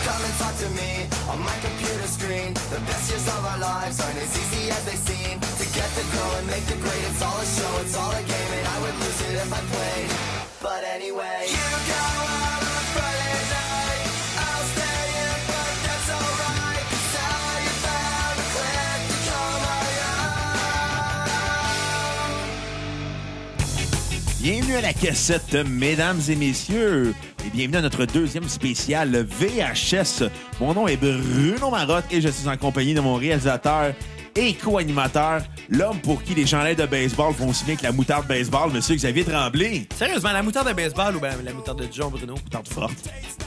to me on my computer screen. The best years of our lives aren't as easy as they seem. To get the go and make the grade, it's all a show, it's all a game, and I would lose it if I played. But anyway, you go out on Friday night. I'll stay in, but that's alright. 'cause I found a click to call my own. Bienvenue à la cassette, mesdames et messieurs, et bienvenue à notre deuxième spécial VHS. Mon nom est Bruno Marotte et je suis en compagnie de mon réalisateur et co-animateur, l'homme pour qui les chandelles de baseball font aussi bien que la moutarde baseball, monsieur Xavier Tremblay. Sérieusement, la moutarde de baseball ou ben, la moutarde de Dijon, Bruno? Moutarde forte.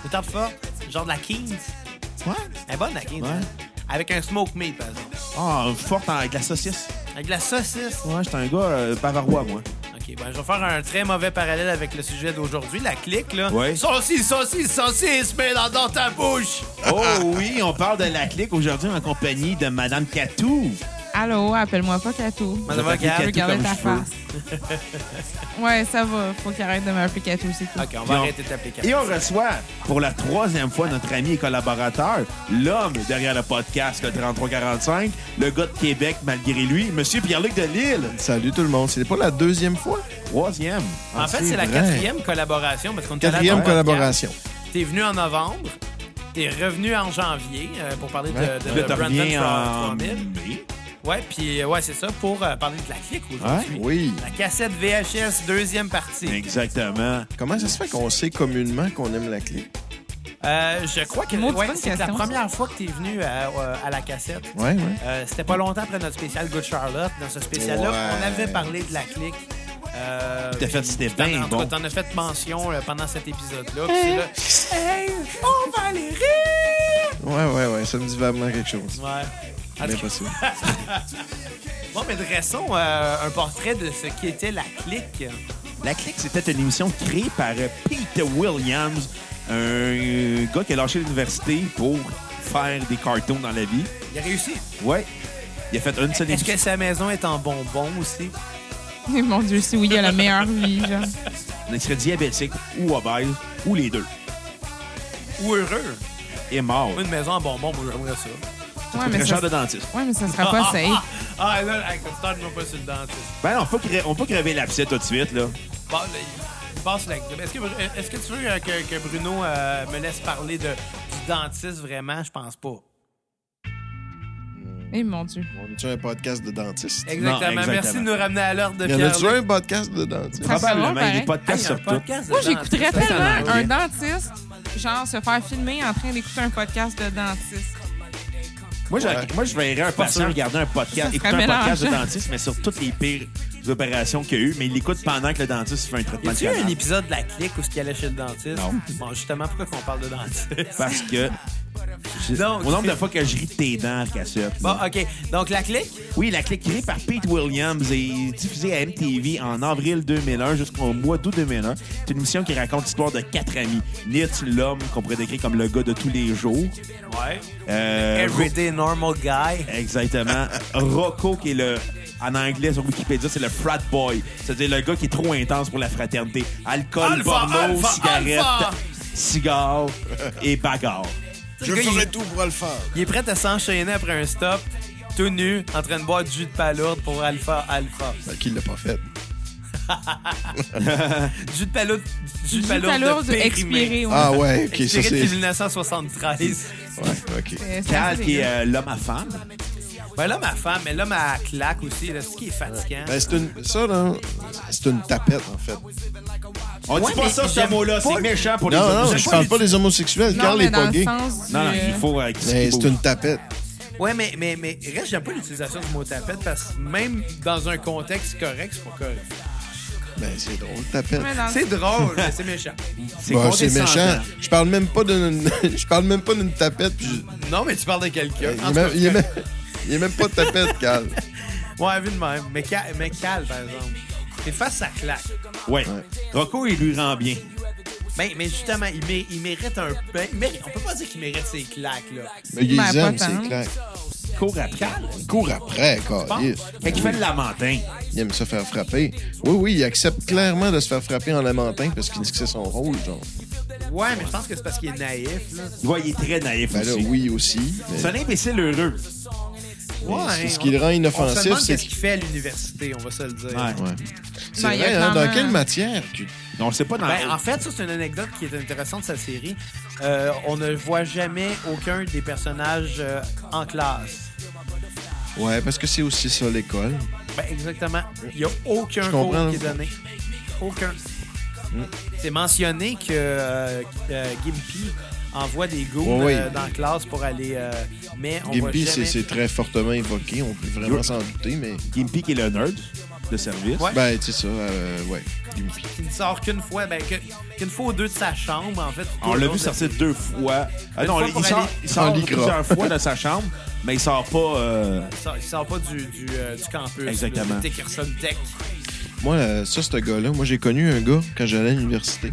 Moutarde forte, genre de la 15. Ouais. Elle est bonne, la 15. Ouais. hein? Avec un smoke meat, par exemple. Ah, forte en- avec la saucisse. Avec de la saucisse. Ouais, j'étais un gars euh, bavarois, moi. OK, ben, je vais faire un très mauvais parallèle avec le sujet d'aujourd'hui, la clique, là. Ouais. Saucisse, saucisse, saucisse, mets dans, dans ta bouche! Oh oui, on parle de la clique aujourd'hui en compagnie de Madame Catou. Allô, appelle-moi pas Catou. Madame Vous appelez Gab. Je veux Catou garder comme ta je veux. face. ouais, ça va. Faut qu'il arrête de m'appeler Catou, c'est tout. OK, on Puis va on- arrêter de t'appeler Catou. Et on reçoit pour la troisième fois notre ami et collaborateur, l'homme derrière le podcast le 3345, le gars de Québec malgré lui, Monsieur Pierre-Luc de Lille. Salut tout le monde. C'est pas la deuxième fois? Troisième. En fait, c'est la vrai. quatrième collaboration, parce qu'on était Quatrième là dans le collaboration. podcast. T'es venu en novembre. T'es revenu en janvier euh, pour parler de, Ouais. de, Puis là, de t'en Brandon reviens Fra- en 3000. mai. Ouais, puis euh, ouais, c'est ça, pour euh, parler de la clique aujourd'hui. Ouais. Oui. La cassette VHS, deuxième partie. Exactement. Comment ça se fait qu'on sait communement qu'on aime la clé? Euh, je crois que Maudite ouais, bonne c'est la question, ça. première fois que tu es venu à, euh, à la cassette. Ouais, ouais. Euh, C'était pas longtemps après notre spécial Good Charlotte. Dans ce spécial-là, Ouais. on avait parlé de la clique. Euh, T'as fait, c'était t'en- bien en tout bon. cas, T'en as fait mention euh, pendant cet épisode-là. puis Hein? c'est là- Hey, on va aller rire! Ouais, ouais, ouais. Ça me dit vaguement quelque chose. Ouais. En tout Bien cas, possible. Bon, mais dressons euh, un portrait de ce qui était la clique. La clique, c'était une émission créée par euh, Pete Williams, un euh, gars qui a lâché l'université pour faire des cartoons dans la vie. Il a réussi. Ouais. Il a fait une seule Est-ce émission. que sa maison est en bonbon aussi? Eh, Mon Dieu, si oui, il a la meilleure vie, genre. Il serait diabétique ou obèse ou les deux. Ou heureux? Il est mort. Une maison en bonbon, moi, j'aimerais ça. Ouais, mais Très ça, cher de dentiste. ouais, mais ça sera pas safe. Ah, là, là, écoute, moi pas sur le dentiste. Ben non, faut cre- on peut crever l'abcès tout de suite, là. Bon, là, il passe la Est-ce que, est-ce que tu veux euh, que, que Bruno euh, me laisse parler de, du dentiste vraiment? Je pense pas. Eh mon Dieu. On est-tu un podcast de dentiste? Exactement. exactement. Merci de nous ramener à l'ordre de Y en Pierre. a-tu un podcast de dentiste? Ça- Probablement, va, il y a des pareil. podcasts sur tout. Moi, j'écouterais tellement un dentiste, genre se faire filmer en train d'écouter un podcast de dentiste. Moi, je- Ouais. moi, je verrais un patient sûr. regarder un podcast, Ça écouter un serait podcast de mélangeant. dentiste, mais sur toutes les pires opérations qu'il y a eu, mais il l'écoute pendant que le dentiste fait un traitement de Y a eu un canal. épisode de la clique où ce qu'il allait chez le dentiste? Non. Bon, justement, pourquoi qu'on parle de dentiste? Parce que. je- Donc, au nombre de c'est- fois que je ris de tes dents, Cassette. Bon, OK. Donc, la clique? Oui, la clique créée par Pete Williams et diffusée à MTV en avril 2001 jusqu'au mois d'août 2001. C'est une émission qui raconte l'histoire de quatre amis. Nitz, l'homme qu'on pourrait décrire comme le gars de tous les jours. Ouais. Euh, Everyday normal guy. Exactement. Rocco, qui est le. En anglais, sur Wikipédia, c'est le frat boy. C'est-à-dire le gars qui est trop intense pour la fraternité. Alcool, Alpha, porno, alpha, cigarette, alpha. cigare et bagarre. Je Le gars, ferai il- tout pour le faire. Il est prêt à s'enchaîner après un stop, tout nu, en train de boire du jus de palourde pour Alpha Alpha. Fait qu'il Ben, l'a pas fait. Jus de palourde, jus de Juste palourde, à de lourde périmé. expiré. ouais. Ah ouais, ok, ça Expiré c'est. depuis 1973. Ouais, ok. C'est- c'est Cal, assez qui est dégueu. euh, l'homme à femme. Ben là, ma femme, mais là, ma claque aussi, là, c'est ce qui est fatigant. Ben, c'est une. Ça, là, c'est une tapette, en fait. On Ouais, dit pas mais ça, ce j'aime mot-là. pas C'est le- méchant pour les Non, autres. non, J'aime je pas parle les- pas des homosexuels. Non, Carl mais est dans pas le gay. sens du... Non, non, il faut. euh, qu'il se Mais c'est bouge. une tapette. Ouais, mais, mais, mais reste, j'aime pas l'utilisation du mot tapette parce que même dans un contexte correct, c'est pas correct. Ben, c'est drôle, tapette. Mais dans- C'est drôle, mais c'est méchant. C'est Bah, c'est condescendant. méchant. Je parle même pas d'une je parle même pas d'une tapette. puis je- Non, mais tu parles de quelqu'un. Il, En est tout même, cas, il est même- il est même pas de tapette, Cal. Ouais, vu de même. Mais, cal, mais Cal, par exemple. C'est face à claque. Ouais. Rocco, il lui rend bien. Ben, mais justement, il, mé- il mérite un ben, il mérite- On peut pas dire qu'il mérite ses claques, là. Mais il Ben, les aime, pas tant. c'est clair. Cours après. Cal, Il court après, Cal. Il, Fait qu'il fait le lamentin. il aime se faire frapper. Oui, oui, il accepte clairement de se faire frapper en lamentin parce qu'il dit que c'est son rôle, genre. Ouais, mais je pense que c'est parce qu'il est naïf. Là. Ouais, il est très naïf Ben là, aussi. oui aussi. mais- C'est un imbécile heureux. Ouais, c'est ce on- qui le rend On se inoffensif, demande c'est qu'est-ce qu'il fait à l'université, on va se le dire. Ouais. Ouais. C'est Ben, il y a vrai, hein? clairement- Dans quelle matière? que- On le sait pas dans Ben, en fait, ça, c'est une anecdote qui est intéressante de sa série. Euh, on ne voit jamais aucun des personnages euh, en classe. Ouais, parce que c'est aussi ça, l'école. Ben, exactement. Il n'y a aucun Je cours comprends. Mm. qui est donné. Aucun. C'est mentionné que euh, euh, Gimpy envoie des goûts Ouais, ouais. dans la classe pour aller... euh, mais on voit Gimpy, c'est jamais... c'est très fortement évoqué, on peut vraiment Yo. s'en douter, mais... Gimpy qui est le nerd de service. Ouais. Ben, c'est ça, euh, ouais. Gimpy. Qui ne sort qu'une fois, ben, que- qu'une fois ou deux de sa chambre, en fait. On l'a vu sortir deux fois. Ah Une non, fois il pour sort, aller- il sort en lycra. plusieurs fois de sa chambre, mais il sort pas. euh, Il sort- Il sort pas du, du, euh, du campus. Exactement. là, de Dickerson Tech. Moi, euh, ça, ce gars-là, moi, j'ai connu un gars quand j'allais à l'université.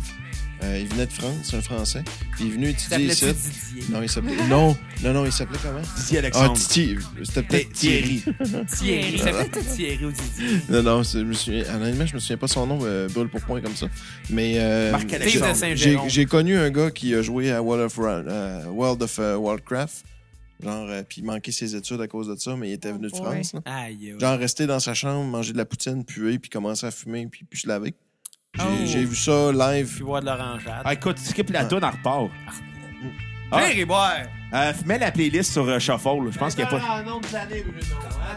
Euh, il venait de France, un Français. Puis il est venu étudier Il ici. s'appelait Didier. Non, il s'appelait... Non, non, non, il s'appelait comment? Didier Ah, Alexandre. Titi. C'était Thé- peut-être Thierry. Thierry. Thierry. Il s'appelait peut-être Thierry ou Didier. Non, non, c'est- je me souviens, honnêtement, je me souviens pas son nom, euh, brûle pour point comme ça. Mais euh, Marc j'ai- Alexandre. Steve de j'ai Saint-Jérôme. j'ai connu un gars qui a joué à World of, Ra- euh, World of euh, Warcraft, genre, euh, puis il manquait ses études à cause de ça, mais il était venu de boy. France. là. Aïe. ouais. Genre, rester dans sa chambre, manger de la poutine, puer, puis commencer à fumer, puis, puis se laver. J'ai Oh. j'ai vu ça live. Puis boire de l'orangeade. Ah, écoute, skip la toune, on repart. Ah. Venir et boire. Euh, mets la playlist sur euh, Shuffle. Je pense qu'il n'y a pas. Un nombre d'années, Bruno. hein?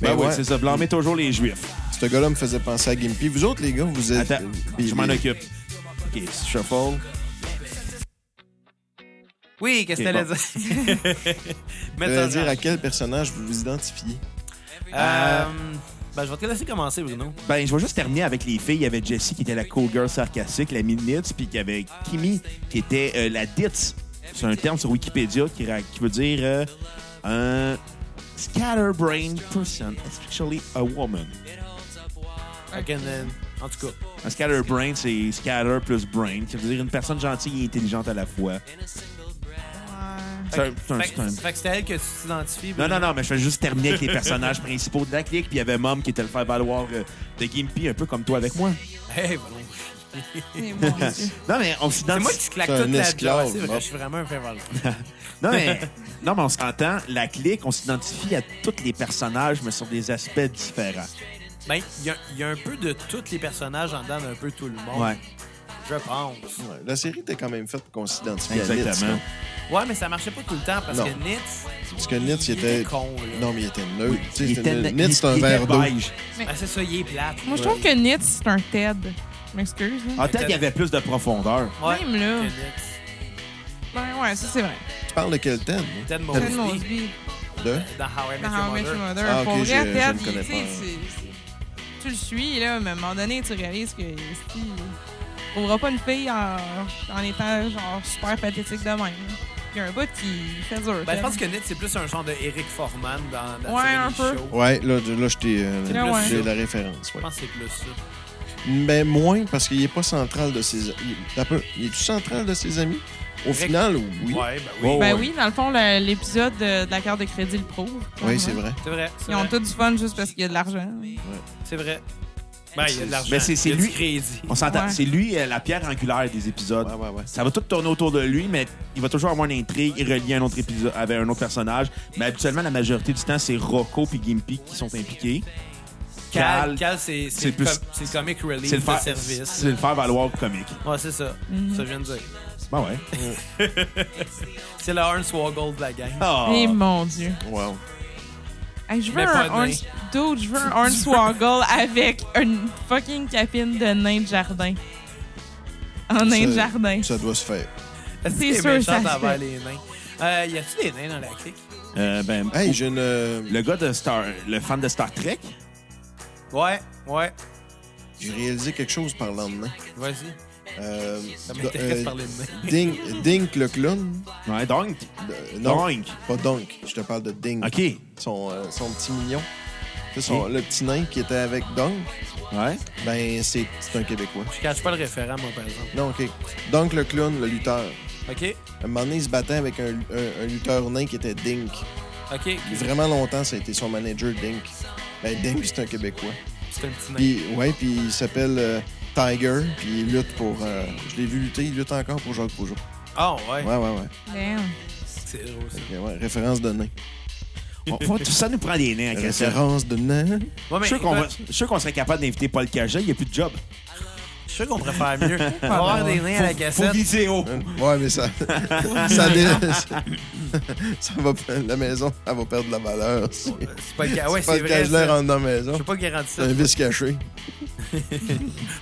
Ben Ben oui, ouais. c'est ça. Blâmez toujours les Juifs. Ce gars-là me faisait penser à Gimpy. Vous autres, les gars, vous êtes. euh, Attends, puis- je m'en occupe. OK, Shuffle. Oui, qu'est-ce que Ok, t'allais bon. dire? Je Mais voulais t'as dire à raison. quel personnage vous vous identifiez. Euh, Ben, je vais te laisser commencer, Bruno. Ben, je vais juste terminer avec les filles. Il y avait Jessie qui était la co-girl sarcastique, la minute, puis il y avait Kimi qui était euh, la ditz. C'est un terme sur Wikipédia qui, ra- qui veut dire euh, un scatterbrain person, especially a woman. Fait que, euh, en tout cas, Un scatterbrain, c'est scatter plus brain, qui veut dire une personne gentille et intelligente à la fois. C'est un- c'est un- fait, c'est un- fait que c'est à elle que tu t'identifies. Non, Bruno. non, non, mais je vais juste terminer avec les personnages principaux de la clique, puis il y avait Mom qui était le faire-valoir euh, de Gimpy, un peu comme toi avec moi. Hey, Bruno. Ah, Mais mon Dieu. Non, mais on s'identifie. C'est moi qui claque C'est un toute la esclave, job. C'est vrai, bon. je suis vraiment un février. Non, mais, non, mais on s'entend, la clique, on s'identifie à tous les personnages, mais sur des aspects différents. Ben, il y, a- il y a un peu de tous les personnages en dedans d'un peu tout le monde. Ouais. Je pense. Ouais, la série était quand même faite pour qu'on s'identifie à Nitz, Exactement. hein. Ouais, mais ça marchait pas tout le temps parce Non. que Nitz. Parce que Nitz, il Il était était... con, là. Non, mais il était neutre. Tu sais, Il c'était- était- Nitz, c'est un il- il était verre d'eau. beige. Ben, c'est ça, il est plate. Moi, je trouve que Nietzsche, c'est un TED. Je m'excuse. là. En tant Ah, qu'il y avait plus de profondeur. Ouais. Même là. Que Nitz. Ah. Ben ouais, ça, c'est vrai. Tu parles de quel thème? hein? Ted Ted Mosby. Mosby De? Dans How I Met dans How I Met Your Mother. Your Mother. Ah, ok, Pour je- vrai, je Ted, le il- connais tu sais, pas. c'est- c'est- tu le suis, là, mais à un moment donné, tu réalises que si, on trouvera pas une fille en, en étant genre super pathétique de même. là. Il y a un bout qui fait dur. Ben, Ted. je pense que Nitz, c'est plus un genre de Eric Forman dans, dans Ouais, Tonight un peu. Show. Ouais, là, de- là je t'ai... euh, Là, ouais. j'ai la référence, ouais. Je pense que c'est plus ça. Mais moins, parce qu'il est pas central de ses... il- t'as peu. Il est tout central de ses amis? Au Rick- final, oui. Ouais, ben oui. Wow. Ben oui, dans le fond, le- l'épisode de, de la carte de crédit le prouve. Oui, c'est vrai. C'est vrai. c'est Ils ont vrai, tous du fun juste parce qu'il y a de l'argent. C'est vrai. Ben, il y a de l'argent. Mais c'est- c'est Il y a du lui- crédit. On s'entend. Ouais. C'est lui euh, la pierre angulaire des épisodes. Ouais, ouais, ouais. Ça va tout tourner autour de lui, mais il va toujours avoir une intrigue reliée à un autre épisode avec un autre personnage. Mais habituellement, la majorité du temps, c'est Rocco puis Gimpy qui sont impliqués. Cal, Cal, Cal c'est c'est c'est le, plus- com- c'est le comic relief c'est le de faire, service. c'est le faire valoir comique. Ouais, c'est ça. Mhm. Ça, je viens de dire. Bah Ben ouais. C'est le Hornswoggle de la gang. Ah. Et mon Dieu. Wow. Hey, je veux Mais pas un de horn... nain. Dude, je veux un hornswoggle avec une fucking capine de nain de jardin. En nain de Ça- jardin. Ça doit se faire. C'est sûr, méchant ça se envers fait. les nains. Euh, y a-tu des nains dans la clique? Euh, ben, Oh. Hey, j'ai une... euh, Le gars de Star, le fan de Star Trek, Ouais, ouais. J'ai réalisé quelque chose par lendemain. Vas-y. Euh, Ça m'intéresse euh, par les nains. Dink, Dink le clown. ouais, Dunk, Euh, non, Dunk, pas Dunk. Je te parle de Dink. ok, ouais, son, euh, son petit mignon. Tu sais, son- le petit nain qui était avec Dunk, ben c'est c'est un Québécois. Je cache pas le référent, moi, par exemple. Non, OK. Dunk le clown, le lutteur. OK? À un moment donné, il se battait avec un, un- un lutteur nain qui était Dink. OK. Puis Vraiment longtemps, ça a été son manager, Dink. Ben, Dink, c'est un Québécois. C'est un petit nain. Puis, ouais, puis il s'appelle euh, Tiger, puis il lutte pour. euh, je l'ai vu lutter, il lutte encore pour Jacques Rougeau. Ah, ouais. Ouais, ouais, ouais. Damn. C'est drôle, ça. Fait que, ouais, référence de nain. On- faut- tout ça nous prend des nains, à ça. Référence de nain. Ouais, Je mais suis sûr qu'on va- écoute, je suis sûr qu'on serait capable d'inviter Paul Cagé, il n'y a plus de job. je suis sûr qu'on pourrait faire mieux. On va avoir des nains à la Faut cassette. glisser haut. Ouais, mais ça. ça, dé- ça va, la maison, elle va perdre de la valeur. si- C'est pas le cas. ah Ouais, pas c'est de vrai. cache-l'air ça. rentre dans la maison. Je peux pas garantir C'est ça. un vice caché.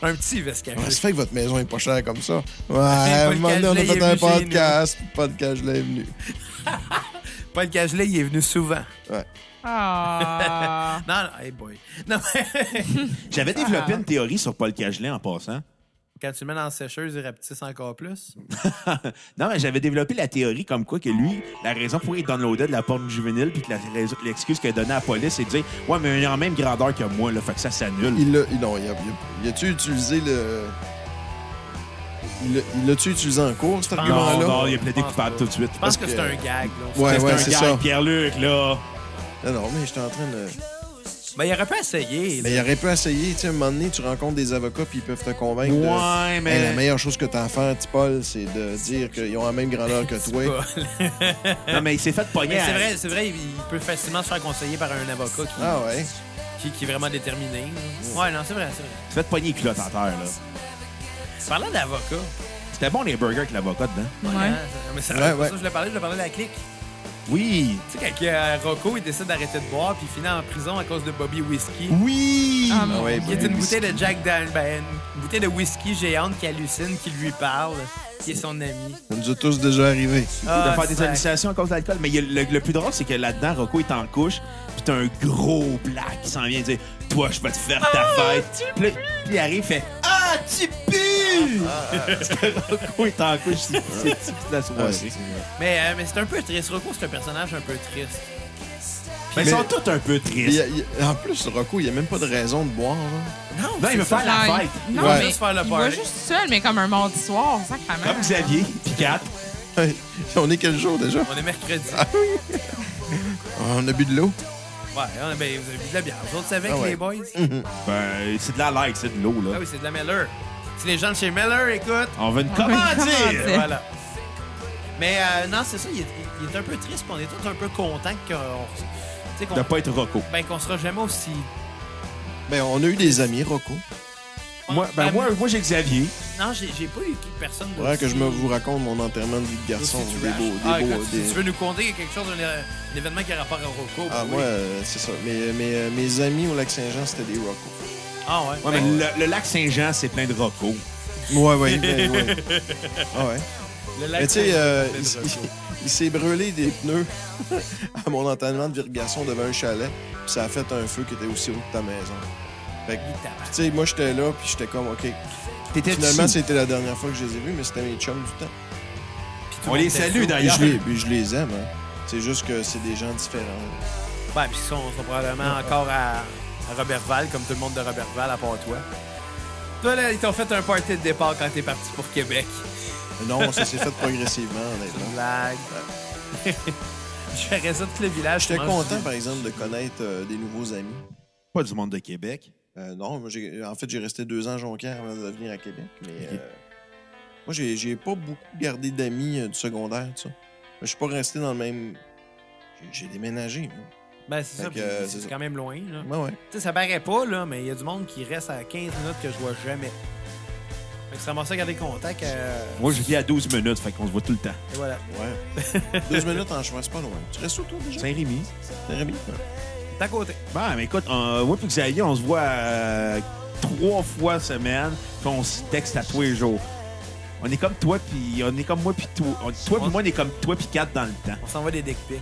Un petit vesca. Comment ça fait que votre maison est pas chère comme ça? Ouais, Paul à un moment donné, on a Cagelet est fait un venu chez podcast. Pas de cache-l'air est venu. Paul Cagelet, il est venu souvent. Ah. Non, non, hey boy. Non, mais J'avais Ah. développé une théorie sur Paul Cagelet en passant. quand tu le mets dans la sécheuse, il rapetisse encore plus. non, mais j'avais développé la théorie comme quoi que lui, la raison pour laquelle il downloadait de la porn juvénile, puis que la raison- l'excuse qu'il a donnée à la police, c'est de dire Ouais, mais il est en même grandeur que moi, là, fait que ça s'annule. Il l'a. il- Non, il a. il a- il a-tu utilisé le. Il l'a- il l'a-tu utilisé en cours, cet Non, argument-là? non, il a plaidé coupable tout de suite. Je pense que que- c'est un gag. Là. Ouais, C'est ouais, un c'est gars, ça. Pierre-Luc, là. Non, Ah, non, mais j'étais en train de. Ben, il aurait pu essayer. là. Mais il aurait pu essayer, tu sais, un moment donné, tu rencontres des avocats puis ils peuvent te convaincre. de- Ouais, mais- Hey, la meilleure chose que t'as à faire, petit Paul, c'est de dire qu'ils ont la même grandeur que toi. Non, mais il s'est fait pogner. Euh, Mais c'est à- vrai, c'est vrai, il il peut facilement se faire conseiller par un avocat qui, Ah ouais. qui, qui est vraiment déterminé. là. Ouais, non, c'est vrai, c'est vrai. Il s'est fait pogner les culottes en terre, là. Parlant d'avocat, C'était bon, les burgers avec l'avocat dedans. Ouais. mais c'est Ouais, vrai, ouais. ça, je l'ai parlé, je l'ai parlé de la clique. Oui. Tu sais, quand euh, Rocco, il décide d'arrêter de boire, puis il finit en prison à cause de Bobby Whiskey. Oui. Ah, Ah mon ouais, Dieu. Il y a Bobby une bouteille de Whiskey. Jack Dan, ben, une bouteille de whisky géante qui hallucine, qui lui parle, qui est son ami. Ça nous a tous déjà arrivé. Ah, de faire des sac. hallucinations à cause de l'alcool. Mais il y a le, le plus drôle, c'est que là-dedans, Rocco est en couche, puis t'as un gros black qui s'en vient dire Toi, je vais te faire ta fête. Puis là, puis il arrive, il fait Ah, tu pues Rocco est en couche, c'est c'est- Ah, c'est la Ouais, soirée. c'est- ouais. Mais, euh, mais c'est un peu triste. Rocco, c'est un personnage un peu triste. Mais ils sont Mais- tous un peu Il y tristes. a- il y a- en plus, Rocco, il n'y a même pas de raison de boire. là. Non, Non, il veut faire la fête. Non, Ouais. mais Juste faire le il party. va juste seul, mais comme un mardi soir, sacrément. Comme Xavier, puis Kat. on est quel jour déjà? On est mercredi. Ah. On a bu de l'eau. Ouais, on- ben, vous avez bu de la bière. Vous autres savez Ah que ouais. les boys. Ben, c'est de la light, c'est de l'eau, Ah là. oui, c'est de la Miller. Si les gens de chez Miller écoutent, On veut une commandite. commandite. C'est- voilà. Mais euh, non, c'est ça, il est, il est un peu triste, puis on est tous un peu contents qu'on tu sais, qu'on- De pas être Rocco. ben, qu'on sera jamais aussi. Ben, on a eu des amis, Rocco. Moi, ben, Ben, moi, moi j'ai Xavier. Non, j'ai j'ai pas eu personne de. Faudrait que je me vous raconte mon enterrement de vie de garçon. Aussi Des trash. beaux, des Ah, beaux- écoute, si des- tu veux nous conter quelque chose, un, é- un événement qui a rapport à Rocco. Ah, oui. moi, euh, c'est ça. Mes, mes, euh, mes amis au Lac-Saint-Jean, c'était des Rocco. Ah, ouais. Ouais, mais Ben, le, le lac Saint-Jean, c'est plein de Rocco. Ouais, ouais, ben, ouais. Ah, ouais. le lac Mais tu sais, euh, Saint-Jean, il, c'est de s- Rocco. il s'est brûlé des pneus à mon entraînement de virgation devant un chalet, puis ça a fait un feu qui était aussi haut que ta maison. Fait que, Il tu tabarnak. sais, moi, j'étais là, puis j'étais comme, OK. T'étais Finalement, sous. c'était la dernière fois que je les ai vus, mais c'était mes chums du temps. Puis tout On le les monde était salue, sous. Et d'ailleurs. je les, puis je les aime, hein. C'est juste que c'est des gens différents. Ouais, puis ils sont, sont probablement encore à, à Robertval, comme tout le monde de Robertval, à part toi. Toi, là, ils t'ont fait un party de départ quand t'es parti pour Québec. Mais Non, ça s'est fait progressivement, C'est une honnêtement. blague. Ah, Je ferais ça tout le village. J'étais mange content, du- par exemple, de connaître euh, des nouveaux amis. Pas du monde de Québec. Euh, non, moi, j'ai- en fait, j'ai resté deux ans à Jonquière avant de venir à Québec. Mais euh, moi, j'ai, j'ai pas beaucoup gardé d'amis euh, du secondaire, tout ça. Je suis pas resté dans le même. J'ai, j'ai déménagé. moi. Ben, c'est Fait ça, que, puis euh, c'est c'est ça. quand même loin. Là. Ouais, ouais. Tu sais, ça paraît pas, là, mais il y a du monde qui reste à 15 minutes que je vois jamais. Fait que c'est vraiment ça garder contact. euh, Moi, je vis à 12 minutes, fait qu'on se voit tout le temps. et voilà. ouais. 12 minutes en chemin, c'est pas loin. Tu restes où, toi, déjà? Saint-Rémy. Saint-Rémy? T'es à côté. Ben, mais écoute, on- moi puis Xavier, on se voit euh, trois fois semaine, puis on se texte à tous les jours. On est comme toi, puis on est comme moi, puis toi. On- toi, puis moi, on est comme toi, puis quatre dans le temps. On s'envoie des dick pics.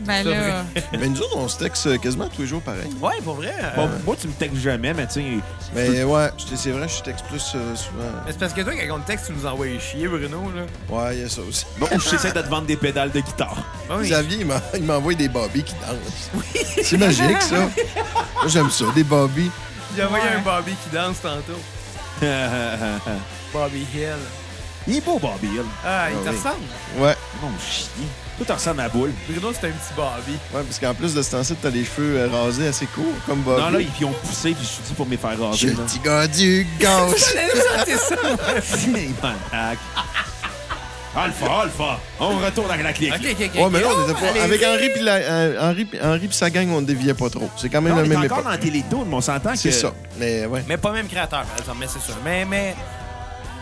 Ben C'est là, Mais nous autres, on se texte euh, quasiment tous les jours pareil. Ouais, pour vrai. euh, Bon, moi, tu me textes jamais, mais tu sais. Mais ouais, c'est c'est vrai, je texte plus euh, souvent. mais C'est parce que toi, quand on te texte, tu nous envoies chier, Bruno. Là. Ouais, il y a ça aussi. Bon, ou j'essaie de te vendre des pédales de guitare. Ben oui. Xavier, il m'a- il m'envoie des bobbies qui dansent. C'est magique, ça. Moi, j'aime ça, des bobbies. J'ai envoyé Ouais. un Bobby qui danse tantôt. Bobby Hill. Il est beau, Bobby Hill. Ah, il Ah te oui. ressemble. Ouais, Non, chier. Tout ressemble à boule. Bruno, c'est un petit Bobby. ouais, parce qu'en plus de ce temps-ci, t'as les cheveux euh, rasés assez courts, comme Bobby. Non, là, ils ils ont poussé, puis je suis dit pour me faire Je raser. suis là. le petit gars du Ah gauche. C'était ça. C'est maniaque. Alpha, Alpha. On retourne avec la clique. Ok, ok, ok. Ouais, mais là, on Oh, était allez. pas. Avec Henri puis la- euh, Henri puis- Henri puis sa gang, on ne déviait pas trop. C'est quand même Non, la on est même encore époque. dans Télétoon, mais on s'entend que... C'est ça. Mais ouais. Mais pas même créateur, par exemple, mais c'est sûr. Mais, mais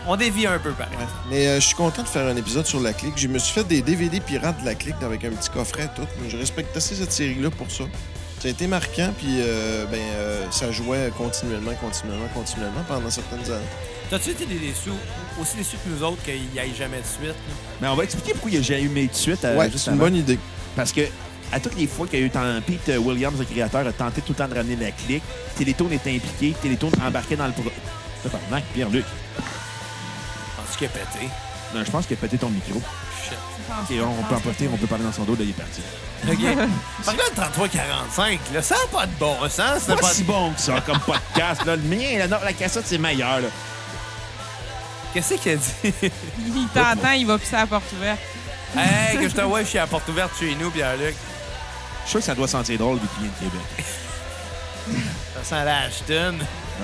on dévie un peu, pareil. Ouais. Mais euh, je suis content de faire un épisode sur la clique. Je me suis fait des DVD pirates de la clique avec un petit coffret et tout. Mais je respecte assez cette série-là pour ça. Ça a été marquant, puis euh, ben, euh, ça jouait continuellement, continuellement, continuellement pendant certaines années. T'as-tu été des déçus, aussi déçus que nous autres qu'il n'y aille jamais de suite? là? Mais on va expliquer pourquoi il y a jamais eu mis de suite. euh, ouais, juste c'est une avant. bonne idée. Parce que à toutes les fois qu'il y a eu tant Pete euh, Williams, le créateur, a tenté tout le temps de ramener la clique, Télétoon était impliqué, Télétoon embarquait dans le projet. Tabarnak, hein, Pierre-Luc. Penses-tu qu'il a pété? Non, Je pense qu'il a pété ton micro. Shit. Et on, peut en profiter, on peut parler dans son dos, là, il est parti. OK. Par contre, 33-45, là, ça n'a pas de bon sens. ça C'est a pas, pas de- si bon que ça, comme podcast. Là. Le mien, la, la cassette, c'est meilleur. Là. Qu'est-ce qu'il a dit? Il t'entend, il va pisser à la porte ouverte. hey, que je te vois, je suis à la porte ouverte chez nous, Pierre-Luc. Je suis sûr que ça doit sentir drôle vu qu'il vient de Québec. Ça sent la Ashton.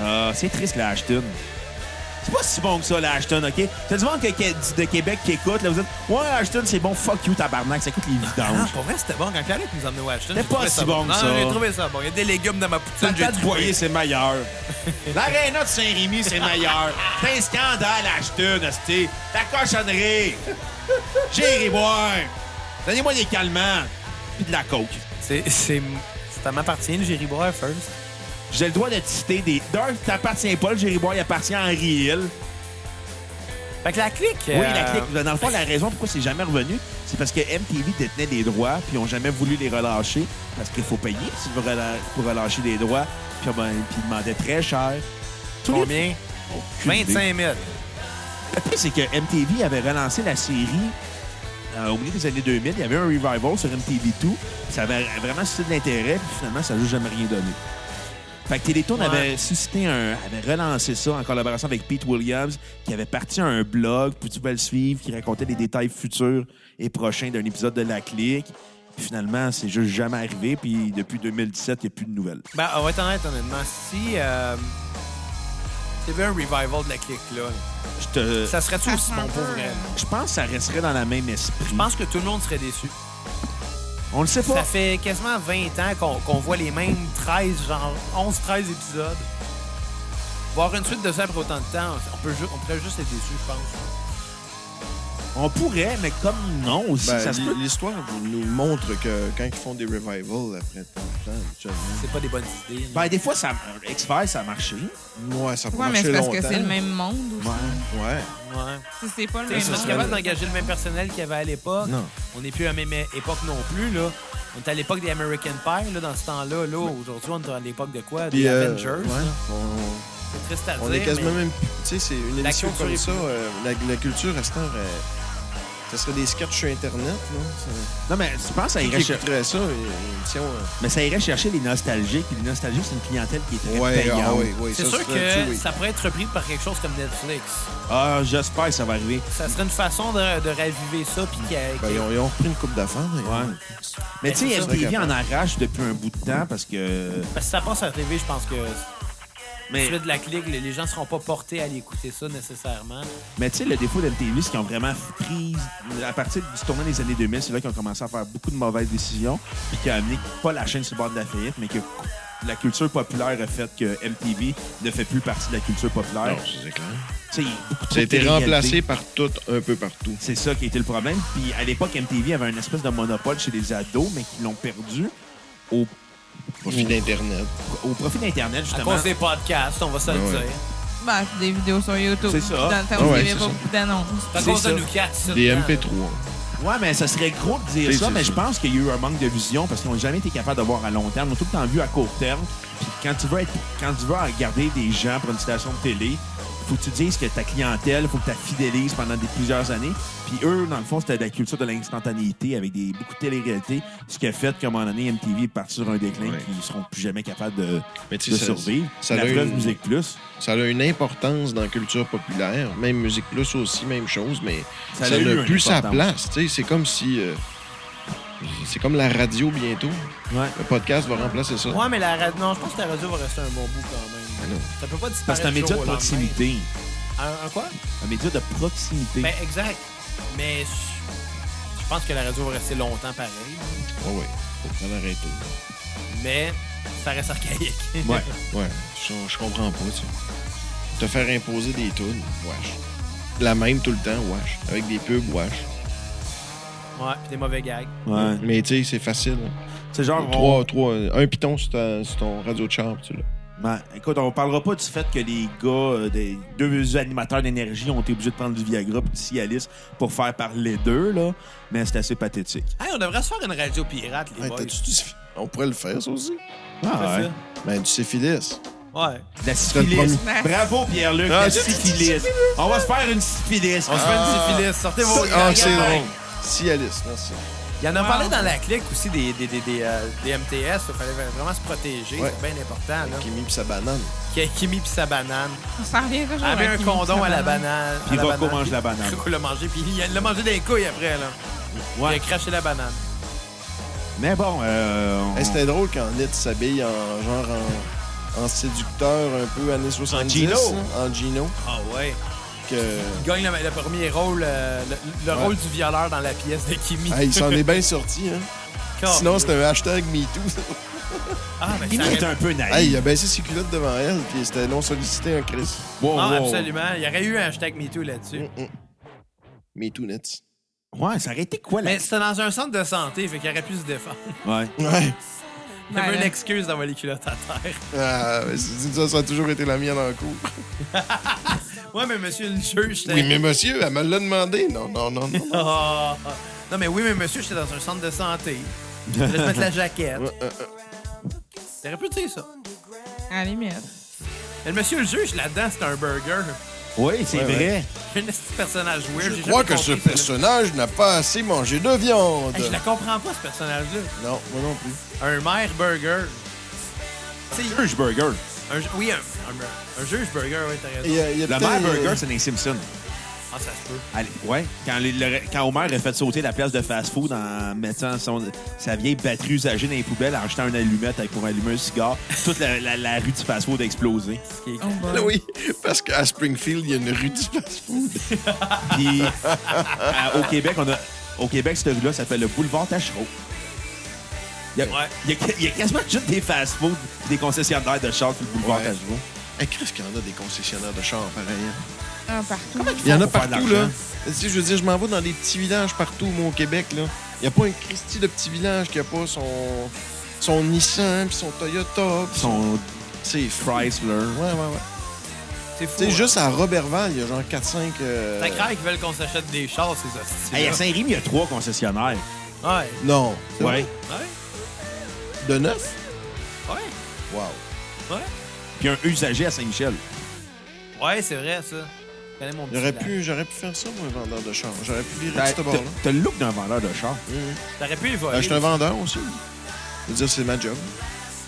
Ah, c'est triste, la Ashton. C'est pas si bon que ça, la Ashton, OK? T'as du monde que- que- de Québec qui écoute, là, vous dites « Ouais, Ashton, c'est bon, fuck you, tabarnak, ça coûte les Ah non, vidanges. pour vrai, c'était bon. Quand Pierre-Luc nous emmenait au Ashton, C'était j'ai trouvé pas si bon que non, ça. Non, j'ai trouvé ça bon. Il y a des légumes dans ma poutine, j'ai Tata de trouvé. Boyer, c'est meilleur. L'aréna de Saint-Rémy, c'est meilleur. C'est un scandale, Ashton, hostie. La cochonnerie. J'irai boire. Donnez-moi des calmants. Puis de la coke. C'est... c'est- Ça m'appartient, le Jerry Boire first. J'ai le droit de te citer des... D'un, t'appartiens pas, le Jerry Boire, il appartient à Henry Hill. Fait que la clique... euh, Oui, la clique. Dans le fond, la raison pourquoi c'est jamais revenu, c'est parce que MTV détenait des droits, puis ils ont jamais voulu les relâcher, parce qu'il faut payer si tu veux rela- pour relâcher des droits, puis, ben, puis ils demandaient très cher. Tous les- Combien? Aucune idée. 25 000. Le pire, c'est que MTV avait relancé la série euh, au milieu des années 2000. Il y avait un revival sur MTV2. Ça avait vraiment suscité de l'intérêt, puis finalement, ça n'a juste jamais rien donné. Fait que Télétoon Ouais. avait suscité un. avait relancé ça en collaboration avec Pete Williams, qui avait parti un blog, puis tu pouvais le suivre, qui racontait les détails futurs et prochains d'un épisode de La Clique. Puis finalement, c'est juste jamais arrivé, puis depuis 2017, il n'y a plus de nouvelles. Ben, on va être honnête, honnêtement. Si. Euh, T'as vu un revival de la clique, là. Je, te- Ça serait-tu Ça aussi sent bon pour un peu, vrai? euh, je pense que ça resterait dans la même esprit. Je pense que tout le monde serait déçu. On le sait pas. Ça fait quasiment 20 ans qu'on qu'on voit les mêmes 13, genre 11-13 épisodes. Voir une suite de ça après autant de temps, on, peut ju- on pourrait juste être déçu, je pense. On pourrait, mais comme non aussi, Ben, ça se l'hi- peut. L'histoire nous montre que quand ils font des revivals après tant de temps, habituellement, C'est pas des bonnes idées. Ben, des fois, ça, X-Files, ça a marché. ouais, ça peut Ouais, mais marcher c'est parce longtemps. que c'est le même monde aussi. Ouais. Ouais. Si C'est pas le Tu sais, si même on est serait- monde. capable d'engager le même personnel qu'il y avait à l'époque. Non. On n'est plus à la même époque non plus, là. On est à l'époque des American Pie, là, dans ce temps-là. Là, aujourd'hui, on est à l'époque de quoi? Des Puis, euh, Avengers. ouais, là. on- C'est triste à On dire, est quasiment mais- même. Tu sais, c'est une La émission culture comme est ça. plus- euh, la, la culture, à ce temps, euh, ça serait des sketchs sur Internet, non? Ça- Non, mais je pense que ça Qui irait, cher- écouterait ça, une une émission. euh, mais ça irait chercher les nostalgiques. Puis les nostalgiques, c'est une clientèle qui est très payante. ah oui, oui, C'est ça, sûr serait- que tu- oui. ça pourrait être repris par quelque chose comme Netflix. Ah, j'espère que ça va arriver. Ça serait une façon de, de raviver ça. Puis qu'il y a- Ben, qu'il y ils, a- ont, ils ont repris une coupe d'affaires. ils- Ouais. Mais tu sais, Ça, MTV en capable. arrache depuis un bout de temps parce que. Parce que ça passe à la TV, je pense que Mais, suite de la clique, les les gens seront pas portés à aller écouter ça nécessairement. mais tu sais, le défaut d'MTV, c'est qu'ils ont vraiment pris. À partir du tournant des années 2000, c'est là qu'ils ont commencé à faire beaucoup de mauvaises décisions. Puis qui a amené pas la chaîne sur le bord de la faillite, mais que la culture populaire a fait que MTV ne fait plus partie de la culture populaire. Non, c'est clair. Tu sais, il y a beaucoup de Ça a été télé-réalité. remplacé par tout, un peu partout. C'est ça qui a été le problème. Puis à l'époque, MTV avait une espèce de monopole chez les ados, mais qui l'ont perdu au, Mmh. Profit d'Internet. au profit d'Internet, À justement. cause des podcasts, on va se le Ouais. dire. Ben, c'est des vidéos sur YouTube. C'est ça. Dans le temps Ah où ouais, il n'y c'est avait pas ça. beaucoup d'annonces. C'est à C'est cause ça. de Lucas. ça, Des dedans, MP3. là. Ouais, mais ça serait gros de dire C'est- ça, c'est mais ça. je pense qu'il y a eu un manque de vision parce qu'ils n'ont jamais été capables de voir à long terme. Ils ont tout le temps vu à court terme. Puis quand tu veux, être, quand tu veux regarder des gens pour une station de télé, il faut que tu dises que ta clientèle, faut que tu la fidélises pendant des, plusieurs années. Puis eux, dans le fond, c'était de la culture de l'instantanéité avec des, beaucoup de télé-réalité, ce qui a fait qu'à un moment donné, MTV est parti sur un déclin Ouais. qu'ils ne seront plus jamais capables de, Mais tu de sais, ça- survivre. ça la a eu preuve, une- Musique Plus, Ça a une importance dans la culture populaire. Même Musique Plus aussi, même chose, mais Ça ça, a eu n'a une plus sa importance. place. tu sais. C'est comme si. euh, c'est comme la radio bientôt. ouais. Le podcast va remplacer ça. Ouais, mais la radio. Non, je pense que la radio va rester un bon bout quand même. Ben non. Ça peut pas disparaître. Ah, parce que c'est un du média jour de au lendemain. proximité. Un, un quoi? Un média de proximité. Ben, exact. Mais je je pense que la radio va rester longtemps pareil. Oh, Ouais, ouais. Faut vraiment arrêter. Mais ça reste archaïque. ouais. Ouais, je, je comprends pas, ça. Te faire imposer des tunes, wesh. La même tout le temps, wesh. Avec des pubs, wesh. Ouais, pis des mauvais gags. ouais. Mais tu sais, c'est facile. hein. C'est genre. on- Trois, trois, un piton sur, ta- sur ton radio de chambre, tu l'as. Ben, écoute, on parlera pas du fait que les gars, euh, des deux animateurs d'énergie ont été obligés de prendre du Viagra et du Cialis pour faire parler d'eux, là. Mais c'est assez pathétique. Hey, on devrait se faire une radio pirate, les Hey, boys. t'as-tu du syph- On pourrait le faire, ça aussi. Ah, ouais. Ben, du syphilis. Ouais. La serait le syphilis. Bravo, Pierre-Luc. Ah, la c'est- syphilis. On va se faire une syphilis. On se fait une syphilis. Sortez vos Ah, gags. c'est drôle. Cialis, merci. Il y en a Wow. parlé dans la clique aussi des, des, des, des, euh, des MTS. Il fallait vraiment se protéger. Ouais. C'est bien important, là. Qui mis pis sa banane. Eh, Qui- Kimi pis sa banane. On s'en vient toujours. avait un avec condom une à la banane. banane. Puis à la Rocco banane. mange la banane. Rocco l'a mangé, puis il l'a mangé des couilles après, là. Il a craché la banane. Mais bon, euh, on- Hey, C'était drôle quand Ned s'habille en genre en, en séducteur un peu années 70. Gino. hein, En Gino. Ah ouais. Que... Il gagne le, le premier rôle, euh, le, le Ouais. rôle du violeur dans la pièce de Kimi. Hey, il s'en est bien sorti, hein. Car- Sinon, c'était un hashtag MeToo. Ah, mais il ça est aurait- un peu naïf. hey, il a baissé ses culottes devant elle, puis c'était non sollicité, un Chris. Wow, Ah, wow. absolument. Il y aurait eu un hashtag MeToo là-dessus. Mm, MeToo net. Ouais, ça aurait été quoi, là? Mais c'était dans un centre de santé, fait qu'il aurait pu se défendre. Ouais. Ouais. Il y avait Ouais. une excuse d'envoyer les culottes à terre. Ah, mais c'est- c'est- ça, ça a toujours été la mienne en cours. Ouais, mais monsieur le juge, j'étais. Oui, mais monsieur, elle me l'a demandé. Non, non, non, non. Ah. Non, mais oui, mais monsieur, j'étais dans un centre de santé. Je vais mettre la jaquette. euh, Il aurait pu dire ça. À la limite. Mais le monsieur le juge, là-dedans, c'est un burger. Oui, c'est Ouais, vrai. Un petit personnage weird. Je j'ai crois jamais que ce compris, ça, là. personnage n'a pas assez mangé de viande. Hey, je la comprends pas, ce personnage-là. Non, moi non plus. Un maire burger. Tu sais, Huge Burger. un ju- oui, un, un- un juge burger, oui, t'as Il y raison. a- il y a Le peut-être- maire Burger, c'est dans les Simpsons. Ah, ça se peut. Allez, ouais. Quand, les- le- quand Homer a fait sauter la place de fast-food en mettant son- sa vieille batterie usagée dans les poubelles, en jetant une allumette avec- pour allumer un cigare, toute la, la- la rue du fast-food a explosé. Oh, boy. Ah Oui, parce qu'à Springfield, il y a une rue du fast-food. Puis à- au Québec, on a, au Québec, cette rue-là s'appelle le boulevard Tachereau. Il y, a, Ouais. il y a- il y a quasiment juste des fast-food et des concessionnaires de chars sur le boulevard Ouais. Tachereau. Hey, Chris, qu'il y en a des concessionnaires de chars, pareil. hein. Ah, partout. Il y en a pour faire de partout, là. l'argent? Tu sais, je veux dire, je m'en vais dans des petits villages partout, moi, au Québec, là. Il n'y a pas un Christie de petit village qui a pas son, son Nissan, puis son Toyota, Ils puis son... sont C'est fou. Chrysler. Ouais, ouais, ouais. C'est fou. Tu sais, hein. juste à Robertval, il y a genre 4-5... euh, T'as craint qu'ils veulent qu'on s'achète des chars, ces hosties. Hey, à Saint-Rémy, il y a trois concessionnaires. Ouais. Non. C'est Ouais. vrai? Ouais. De neuf? Ouais. Wow. Ouais. Puis un usager à Saint-Michel. Ouais, c'est vrai, ça. Je connais mon petit J'aurais blague. pu, j'aurais pu faire ça, moi, un vendeur de chars. J'aurais pu virer T'as ce bord-là. t'as le look d'un vendeur de chars. T'aurais pu y voler. Ah, Je suis un vendeur aussi. Je veux dire, c'est ma job.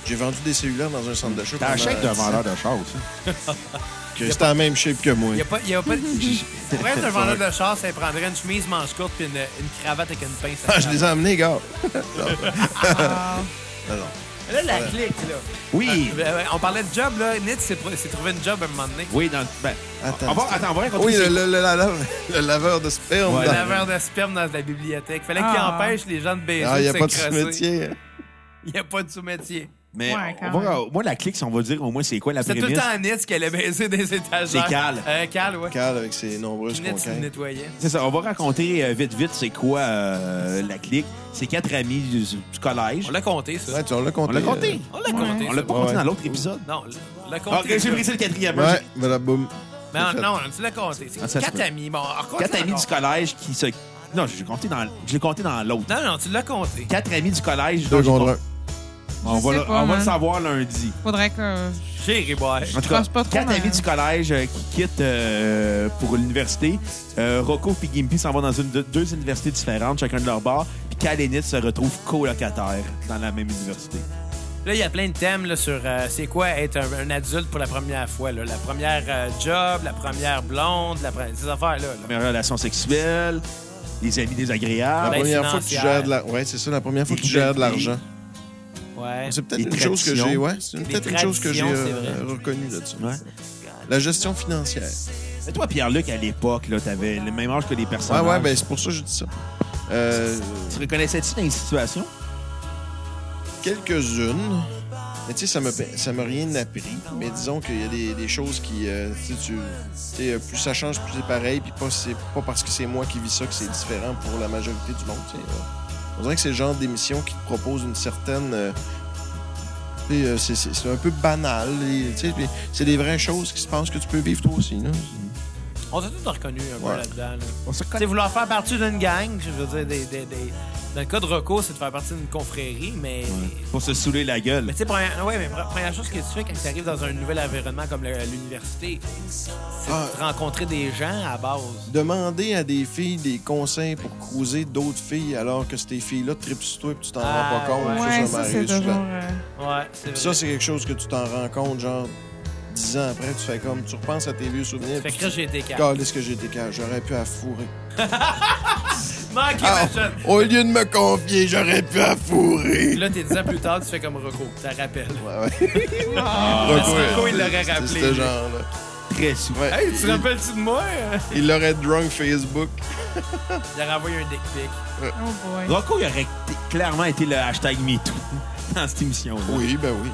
J'ai vendu des cellulaires dans un centre d'achat. T'as la shape pendant d'un Euh, 10 ans. vendeur de chars aussi. Que C'était en même shape que moi. Il a pas, y a pas de... Pour être un vendeur de char, ça prendrait une chemise manche courte puis une, une cravate avec une pince. à Ah, je les ai emmenés, gars. Ah. Non, non. Mais Là, la clique, là. Oui. Euh, euh, on parlait de job, là. Nit s'est pro- s'est trouvé une job à un moment donné. Oui, dans. Ben, Attends, on va- attends. attends, on va raconter. Oui, c'est- le, le- le laveur, le laveur de sperme. Ouais, dans- Laveur de sperme dans la bibliothèque. Fallait qu'il Ah. empêche les gens de baiser. Ah, il n'y a de pas de se crosser. sous-métier. hein. Il n'y a pas de sous-métier. Mais Ouais, on quand va- moi, la clique, si on va dire au moins c'est quoi la C'est tout le prémisse. temps Nit qui allait baiser des étagères. C'est Cal. Euh, Cal, ouais. Cal avec ses nombreuses Nit se conquêtes. nettoyait. C'est ça, on va raconter euh, vite, vite, c'est quoi euh, la clique. C'est quatre amis du, du collège. On l'a compté, ça. Ouais, tu- on l'a compté. euh. On l'a compté. On l'a Ouais. compté. On l'a ça. pas compté Ouais. dans l'autre épisode. Non, on l'a Ah, Ok, compté. j'ai ça. brisé le quatrième. euh, Ouais, voilà, boum. Mais on- non, on l'a compté. C'est Ah, ça se quatre peut. amis. Bon, on Quatre amis du collège. collège qui se. Non, je l'ai compté dans, je l'ai compté dans l'autre. Non, non, tu l'as compté. Quatre amis du collège. Deux dont j'ai contre pas- un. On va, Je sais le- pas, on va man. le savoir lundi. Faudrait que J'ai boire. En tout Je cas, pense pas trop, quatre mais- amis du collège euh, qui quittent euh, pour l'université. Euh, Rocco et Gimpy s'en vont dans une, deux- deux universités différentes, chacun de leur bord. Puis Cal et Nitz se retrouvent colocataires dans la même université. Là, il y a plein de thèmes là, sur euh, c'est quoi être un, un adulte pour la première fois. là. La première euh, job, la première blonde, la pre- ces affaires-là. là. Première relation sexuelle, les amis La désagréables, Ben, première fois que tu financière. gères de l'argent. Ouais, c'est ça, la première fois que tu gères de l'argent. Ouais. C'est peut-être Des une chose que traditions. j'ai. Ouais, c'est Des peut-être une chose que j'ai traditions, c'est euh, vrai. reconnue là-dessus. Ouais. La gestion financière. Mais toi, Pierre-Luc, à l'époque, là, t'avais le même âge que les Ouais, personnages. ouais, ben c'est pour ça que je dis ça. Euh, Tu reconnaissais-tu dans les situations? Quelques-unes. Mais tu sais, ça m'a ça m'a rien appris. Mais disons qu'il y a des, des choses qui. euh, tu sais, tu- tu sais, euh, plus ça change, plus c'est pareil. Puis pas, c'est pas parce que c'est moi qui vis ça que c'est différent pour la majorité du monde. tu sais, euh. On dirait que c'est le genre d'émission qui te propose une certaine. euh, tu sais, euh, c'est- c'est c'est un peu banal. et, tu sais, puis C'est des vraies choses qui se passent que tu peux vivre toi aussi. là. On s'est tous reconnus un peu Ouais. là-dedans. là. On se Tu sais, vouloir faire partie d'une gang, je veux dire, des, des- des- dans le cas de Rocco, c'est de faire partie d'une confrérie, mais. Pour se saouler la Mais gueule. tu sais, première, ouais, mais pre- première chose que tu fais quand tu arrives dans un nouvel environnement comme le- l'université, c'est Ah. de rencontrer des gens à base. Demander à des filles des conseils pour cruiser d'autres filles alors que ces filles-là tripent sur toi et tu t'en Ah, rends pas compte. Ouais, ça ça, c'est m'arrive souvent. toujours. euh, Ouais, c'est vrai. Puis ça, c'est quelque chose que tu t'en rends compte, genre, dix ans après, tu fais comme, tu repenses à tes vieux souvenirs. Fait puis que là, tu j'ai été calme. Calisse que j'ai été calme. J'aurais pu affourrer. Manqué Ah. ma shot. au lieu de me confier, j'aurais pu affourrer. Là, t'es 10 ans plus tard, tu fais comme Rocco. Ça rappelle. Ouais, ouais. Parce que Ah, Rocco, il l'aurait C'est- rappelé. C'est ce genre-là. Très souvent. Ouais. Hey, tu te rappelles-tu de moi? Il- Il l'aurait drunk Facebook. Il a renvoyé un dick pic. Oh boy. Rocco, il aurait t- clairement été le hashtag MeToo dans cette émission-là. Oui, ben oui.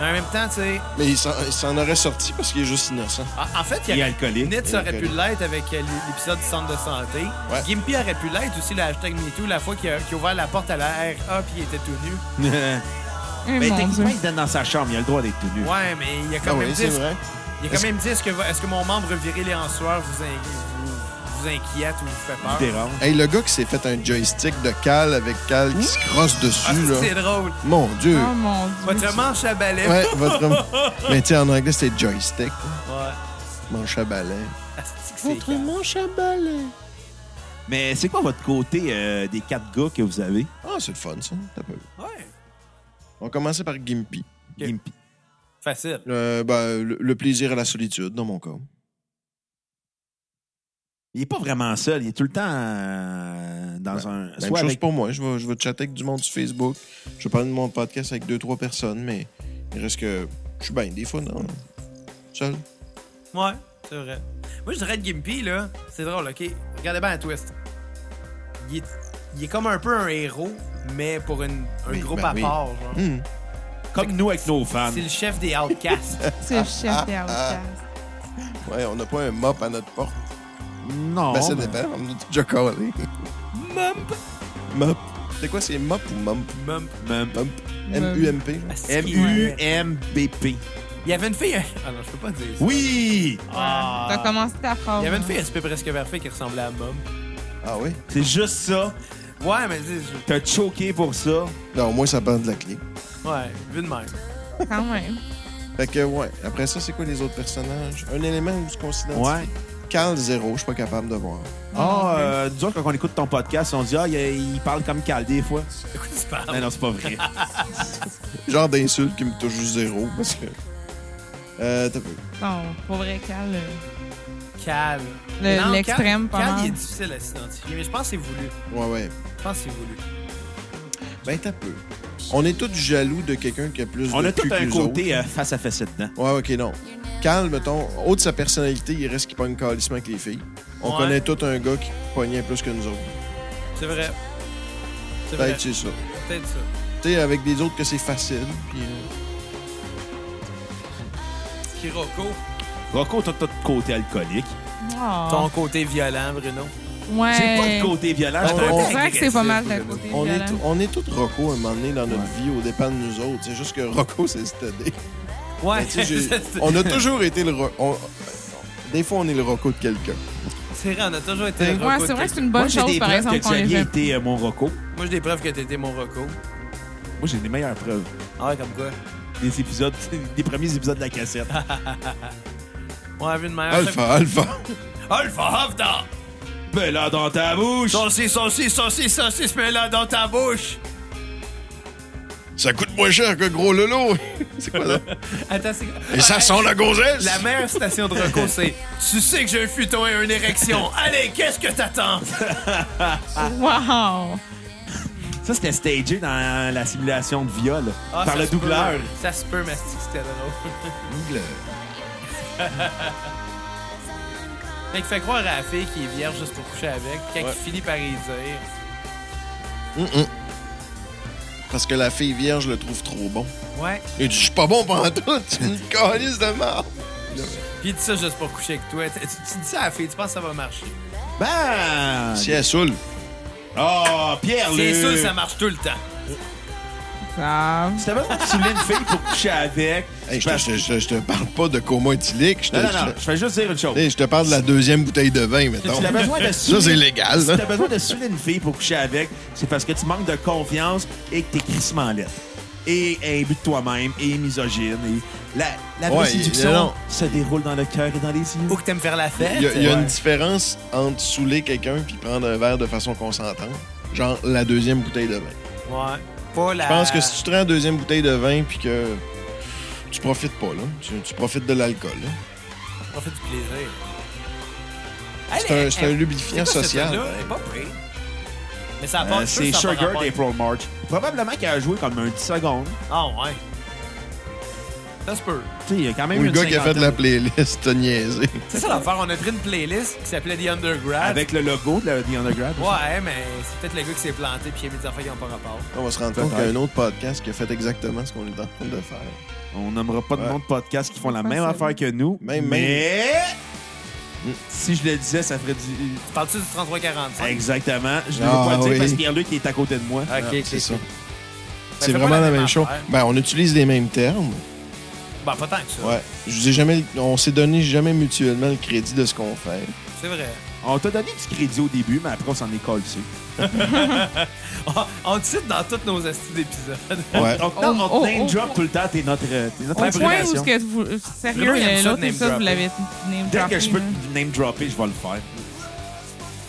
Mais en même temps, tu sais. Mais il s'en il s'en aurait sorti parce qu'il est juste innocent. En, en fait, il Il y est a. alcoolique. Nitz aurait pu alcoolique. l'être avec euh, l'épisode du centre de santé. Ouais. Gimpy aurait pu l'être aussi, le hashtag MeToo, la fois qu'il a, qu'il a ouvert la porte à la RA puis il était tout nu. Mais Eh, mon Ben, techniquement, Dieu. il était dans sa chambre. Il a le droit d'être tout nu. Ouais, mais il a quand Ah même oui, dit c'est vrai. Il a quand même dit est-ce que, est que mon membre viril et en sueur vous, in- vous, vous inquiète ou vous fait Il peur? dérange. Hey, le gars qui s'est fait un joystick de Cal avec Cal qui se crosse dessus, Ah, là. c'est Ah, drôle. Mon Dieu. Oh mon dieu. Votre manche à balai. Ouais, votre. Mais tu sais, en anglais, c'est joystick. Ouais. Manche à balai. Asti que c'est calme. Mais c'est quoi votre côté euh, des quatre gars que vous avez? Ah, c'est le fun, ça. T'as pas vu. Ouais. On va commencer par Gimpy. Ok. Gimpy. Facile. Euh, ben, le, le plaisir à la solitude, dans mon cas. Ben, Il est pas vraiment seul. Il est tout le temps euh, dans Ouais. un... Même soit chose avec- pour moi. Je vais, je vais chatter avec du monde sur Facebook. Je vais parler de mon podcast avec deux, trois personnes, mais il reste que. Je suis bien, des fois, non. Seul. Ouais, c'est vrai. Moi, je dirais de Gimpy, là. C'est drôle, OK? Regardez bien la twist. Il est, il est comme un peu un héros, mais pour une- un Oui, groupe ben à oui. Ah, part. genre. Hmm. Comme nous avec nos fans. C'est le chef des Outcasts. C'est le chef Ah. des Outcasts. Ouais, on n'a pas un mop à notre porte. Non. ben, ça mais- dépend. On nous a déjà collé. Mump. mop. C'est quoi, c'est mop ou mump? Mump. Même- Mump. Mump. M-U-M-P. genre. Asti. M-U-M-B-P. Il y avait une fille. Ah non, je peux pas dire ça. Oui! Ah. T'as commencé ta phrase. Il y avait une hein. fille à presque parfait qui ressemblait à Mum. Ah oui? C'est juste ça. Ouais, mais dis, je- T'as choqué pour ça. Non, au moins, ça prend de la clé. ouais, vu de même. Quand même. Fait que, ouais. Après ça, c'est quoi les autres personnages? Un élément où se considère. Ouais. Cal zéro, je suis pas capable de voir. Ah, euh, disons que quand on écoute ton podcast, on dit Ah, il, il parle comme Cal des fois. De quoi tu parles? Ah, Mais non, c'est pas vrai. genre d'insulte qui me touche juste zéro parce que. Euh, t'as- Non, pour vrai, Cal, euh, Cal. Le- Non, Cal, l'extrême, pas Cal, mal. il est difficile à s'identifier, mais je pense que c'est voulu. ouais, ouais. Je pense que c'est voulu. Ben, t'as peu. On est tous jaloux de quelqu'un qui a plus on de a tout cul que un nous côté euh, face à face dedans. autres. Ouais, ok, non. Cal, mettons, autre sa personnalité, il reste qu'il pogne calissement avec les filles. On Ouais. connaît tout un gars qui pognait plus que nous autres. C'est vrai. C'est vrai. Peut-être c'est ça. Peut-être ça. Tu sais, avec des autres que c'est facile. Puis, euh, Kiroko. Rocco, t'as tout côté alcoolique. oh. Ton côté violent, Bruno. Ouais. J'ai pas de côté violent. On- j'étais un on- peu C'est vrai que c'est pas mal de agressif, côté hein. on, est, violent. on est tous Rocco un moment donné dans notre vie, au dépend de nous autres. C'est juste que Rocco, c'est stédé. Ouais, Mais tu sais, j'ai- c'est- on a toujours été le Ro- on- Des fois, on est le Rocco de quelqu'un. c'est vrai, on a toujours été Rocco. Ouais, de c'est vrai que c'est quelqu'un. une Moi, bonne j'ai chose, des par preuves exemple, que qu'on tu as les bien fait. été euh, mon Rocco. Moi, j'ai des preuves que t'étais mon Rocco. Moi, j'ai des meilleures preuves. Ah ouais, comme quoi? des épisodes, des premiers épisodes de la cassette. Ah. On a vu une meilleure. Alpha, alpha. Alpha Hofda! ben là, dans ta bouche! Saucisse, saucisse, saucisse, saucisse, mets-la dans ta bouche! Ça coûte moins cher que gros Lolo. c'est quoi ça? Attends, c'est Et ça sent la gonzesse. La meilleure station de recours, c'est Tu sais que j'ai un futon et une érection. Allez, qu'est-ce que t'attends? Wow! Ça, c'était stagé dans la simulation de viol Ah, par ça le se peut. doubleur. Ça se peut, mais c'est que c'était drôle. Fait qu'il fait croire à la fille qui est vierge juste pour coucher avec. Quand il finit par y dire. Mm-mm. Parce que la fille vierge le trouve trop bon. Ouais. Il dit, je suis pas bon pendant tout. Tu me calices de merde. Puis il dit ça juste pour coucher avec toi. Tu, tu dis ça à la fille, tu penses que ça va marcher. Ben! Si elle saoule. Oh, Pierre, C'est Luc. sûr, ça marche tout le temps. Ah, Si t'avais besoin de soulever une fille pour coucher avec. Hey, je, te, ben, je te- je te- je te parle pas de coma éthylique. Je te, Non, non, je non, te- je fais juste dire une chose. hey, je te parle de la deuxième bouteille de vin, mettons. Si t'as besoin de Ça, c'est saouler- légal. si là. t'as besoin de saouler une fille pour coucher avec, c'est parce que tu manques de confiance et que t'es crissement lettre. Et imbu de toi-même, et misogyne. Et la la vraie Ouais, séduction non, non. se déroule dans le cœur et dans les yeux. Ou que t'aimes faire la fête. Il y a, il y a Ouais. une différence entre saouler quelqu'un puis prendre un verre de façon consentante. Genre la deuxième bouteille de vin. Ouais. Pas la. Je pense que si tu te rends la deuxième bouteille de vin puis que tu profites pas, là. Tu, tu profites de l'alcool. là. On fait du plaisir. C'est un, c'est un lubrifiant social. Là, ouais. pas pris. Mais ça a Euh, pas c'est ça a pas Sugar rapport. d'April March. Probablement qu'elle a joué comme un 10 secondes. Ah ouais. Ça se peut. Tu sais, il y a quand même Ou le une gars qui a fait de la cinquantaine. playlist, t'as niaisé. C'est ça l'affaire. On a pris une playlist qui s'appelait The Undergrad. Avec le logo de la- The Underground. Ouais, mais c'est peut-être le gars qui s'est planté puis il a mis des affaires qui n'ont pas rapport. On va se rendre compte qu'il y a Peut-être. un autre podcast qui a fait exactement ce qu'on est en train de faire. On n'aimera pas de Ouais. nom de podcast qui font la Pas même ça. affaire que nous. Même, Mm. mais... Si je le disais, ça ferait du... Parles-tu du 3345? Exactement. Je ne veux Ah, pas le dire oui. parce que Pierre-Luc il est à côté de moi. Ah, Ok, c'est ça. Ça C'est fait vraiment pas la même chose. affaire. Ben, on utilise les mêmes termes. Ben, pas tant que ça. Ouais. Je vous ai jamais, on s'est donné jamais mutuellement le crédit de ce qu'on fait. C'est vrai. On t'a donné du crédit au début, mais après, on s'en est collé dessus. On- On te cite dans tous nos astuces d'épisodes. Ouais. On, te- non, on Oh, te oh, name oh, drop oh. tout le temps, t'es notre, euh, t'es notre Au point où inspiration. ce que vous... Sérieux, euh, Bruno, il aime ça, l'autre name épisode, vous dropper. l'avez name Dès que je peux droppé, hein. te name dropper, je vais le faire.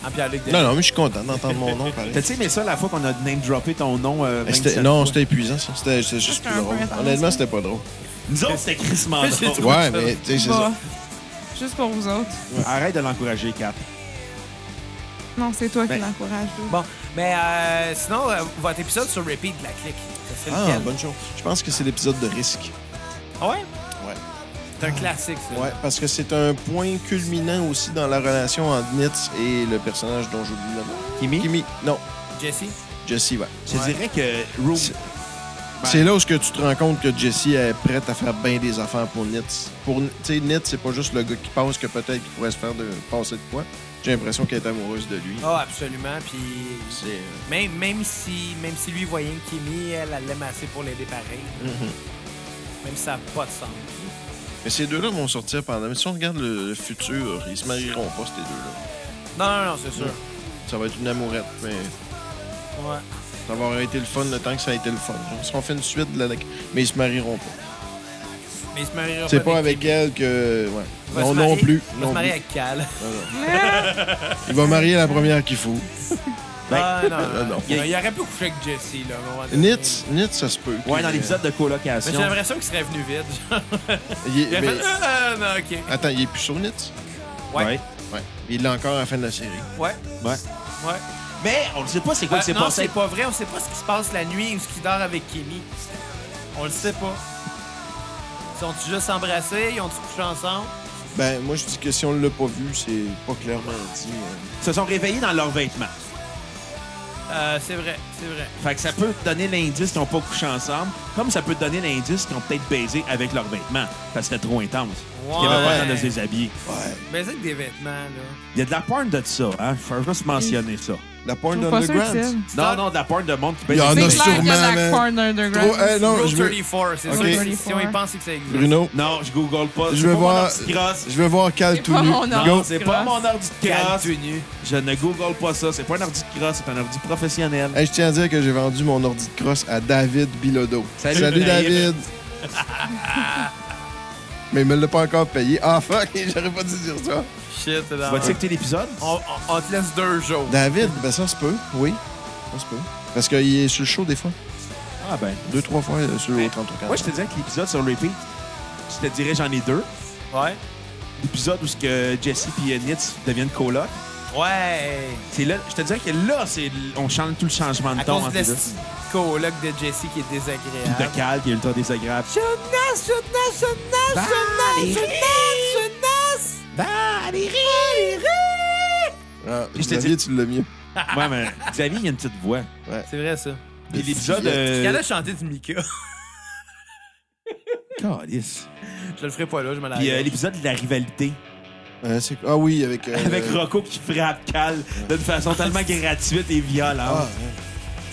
En Pierre-Luc Non, non, mais je suis content d'entendre mon nom. pareil. T'as-tu aimé ça la fois qu'on a name droppé ton nom? euh, Mais c'était- 27 non, fois? c'était épuisant, ça. C'était c'était juste C'était plus un drôle. peu intense, Honnêtement, hein. c'était pas drôle. Nous autres, c'était crissement J'ai drôle. trouvé- Ouais, ça. mais tu sais, c'est Bah, ça. Juste pour vous autres. Arrête de l'encourager, Cap. Non, c'est toi Ben- qui l'encourage. Lou. Bon, mais euh, sinon, euh, votre épisode sur Repeat de la clique. Ça serait Ah, lequel? bonne chose. Je pense que c'est l'épisode de risque. Ah ouais? Ouais. C'est un classique, ça. Ouais, parce que c'est un point culminant aussi dans la relation entre Nitz et le personnage dont j'oublie le nom. Kimi, Kimi. Non, Jesse? Jesse, ouais. je te dirais que Room... C'est- C'est là où est-ce que tu te rends compte que Jesse est prête à faire bien des affaires pour Nitz. Pour, tu sais, Nitz, c'est pas juste le gars qui pense que peut-être qu'il pourrait se faire de, passer de quoi. J'ai l'impression qu'elle est amoureuse de lui. Ah, absolument. Puis C'est... euh, même, même, si, même si lui voyait une Kimi, elle, elle l'aime assez pour l'aider pareil. Mm-hmm. Même si ça n'a pas de sens. Mais ces deux-là vont sortir pendant... Mais si on regarde le futur, ils se marieront pas, ces deux-là. Non, non, non, c'est sûr. Ça va être une amourette, mais Mm. Ouais. ça va avoir été le fun le temps que ça a été le fun. Genre, si on fait une suite, de la... mais ils se marieront pas. Mais il se mariera pas. C'est pas avec elle que... Ouais. Il va Non, se marier- non plus. Il va Non se marier plus. avec Cal. Il va marier la première qu'il faut. Ah, non, non, Ben, non. Il, il aurait pu coucher avec Jesse, là. à un moment donné. Nitz, Nitz, ça se peut. Ouais, dans qu'il- euh, l'épisode de Mais colocation. j'ai l'impression qu'il serait venu vite. Il est- Il a mais- fait, ah, ah, non, ok. Attends, il est plus sur Nitz? Ouais. Ouais. Ouais. Il l'a encore à la fin de la série. Ouais, ouais. ouais. Mais on ne sait pas c'est quoi Euh, qui s'est non, passé. c'est pas vrai. On sait pas ce qui se passe la nuit ou ce qui dort avec Kimi. On le sait pas. Ils Sont-tu juste embrassés? Ils ont-tu couché ensemble? Ben, moi, je dis que si on l'a pas vu, c'est pas clairement dit. euh, Ils se sont réveillés dans leurs vêtements. Euh, c'est vrai, c'est vrai. Fait que ça peut te donner l'indice qu'ils n'ont pas couché ensemble, comme ça peut te donner l'indice qu'ils ont peut-être baisé avec leurs vêtements, parce que c'était trop intense. Parce qu'il n'y avait pas Ouais. le temps de se déshabiller. Ouais. Mais c'est avec des vêtements, là. Il y a de la porn de ça, hein? Faut juste mentionner ça. La Je porn suis pas sûre que d'Underground. c'est- Non, non, de la porn de monde qui baise Il y en avec a C'est ses- clair qu'il y a sûrement, de la man. corner underground. Trop- eh, non, Rule je veux- 34, c'est Ok. ça. Rule Si on y pense, c'est que ça existe. Bruno, Non, je google pas. je C'est veux pas mon voir. ordi de crosse. Je veux voir Cal C'est tout pas nu. mon Go. ordi. C'est pas crosse. mon ordi de Cal crosse. tout nu. Je ne google pas ça. C'est pas un ordi de crosse, c'est un ordi professionnel. Hey, je tiens à dire que j'ai vendu mon ordi de crosse à David Bilodeau. Salut, David. David. Mais il me l'a pas encore payé. Ah, fuck, j'aurais pas dû dire ça. Shit, c'est Tu dans- vas-tu écouter l'épisode? on, on- on te laisse deux jours. David, ben ça se peut, oui. Ça se peut. Parce qu'il est sur le show des fois. Ah ben. Deux, trois fois euh, sur le 33 Moi, je te dirais que l'épisode sur Repeat, je te dirais j'en ai deux. Ouais. L'épisode où ce que Jesse et Nitz deviennent coloc. Ouais. C'est là, je te dirais que là, c'est, on chante tout le changement de À ton cause hein, entre de les la deux. petite coloc de Jesse qui est Puis de désagréable. Cal qui est ultra désagréable. Je nasse, je nasse, je nasse, je nasse, je nasse, je nasse. Ah, Puis je te David, tu l'as mieux. ouais, mais Xavier, il y a une petite voix. C'est vrai, ça. Puis Des l'épisode. fillettes. euh, Qu'elle a chanté du Mika. Calisse. Je le ferai pas là, je me la Puis euh, l'épisode de la rivalité. Euh, c'est- ah oui, avec. euh, Avec Rocco qui frappe Cal d'une façon tellement gratuite et Ah, violente. ouais.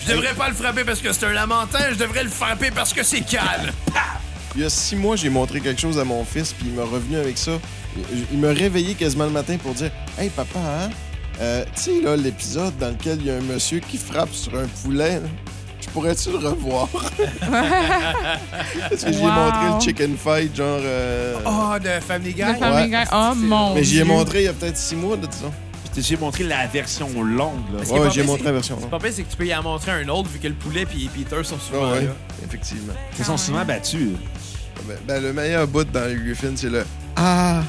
Je devrais pas le frapper parce que c'est un lamentin, je devrais le frapper parce que c'est calme. Il y a six mois, j'ai montré quelque chose à mon fils, puis il m'a revenu avec ça. Il- Il m'a réveillé quasiment le matin pour dire Hey, papa, hein? Euh, tu sais, là, l'épisode dans lequel il y a un monsieur qui frappe sur un poulet, là, je pourrais-tu le revoir? Parce que j'ai Wow. montré le chicken fight, genre. euh, Oh, de Family Guy. Le Family Guy. Oh mon mais j'y ai Dieu. montré il y a peut-être six mois, là, disons. Puis j'ai montré la version longue, là. Est-ce Ouais, qu'il est j'ai pas montré la version. Le pas pire, c'est que tu peux y en montrer un autre vu que le poulet et Peter sont souvent Ah, ouais, là. effectivement. Ils sont souvent battus. euh, Ben, ben, le meilleur bout dans les Griffin, c'est le Ah!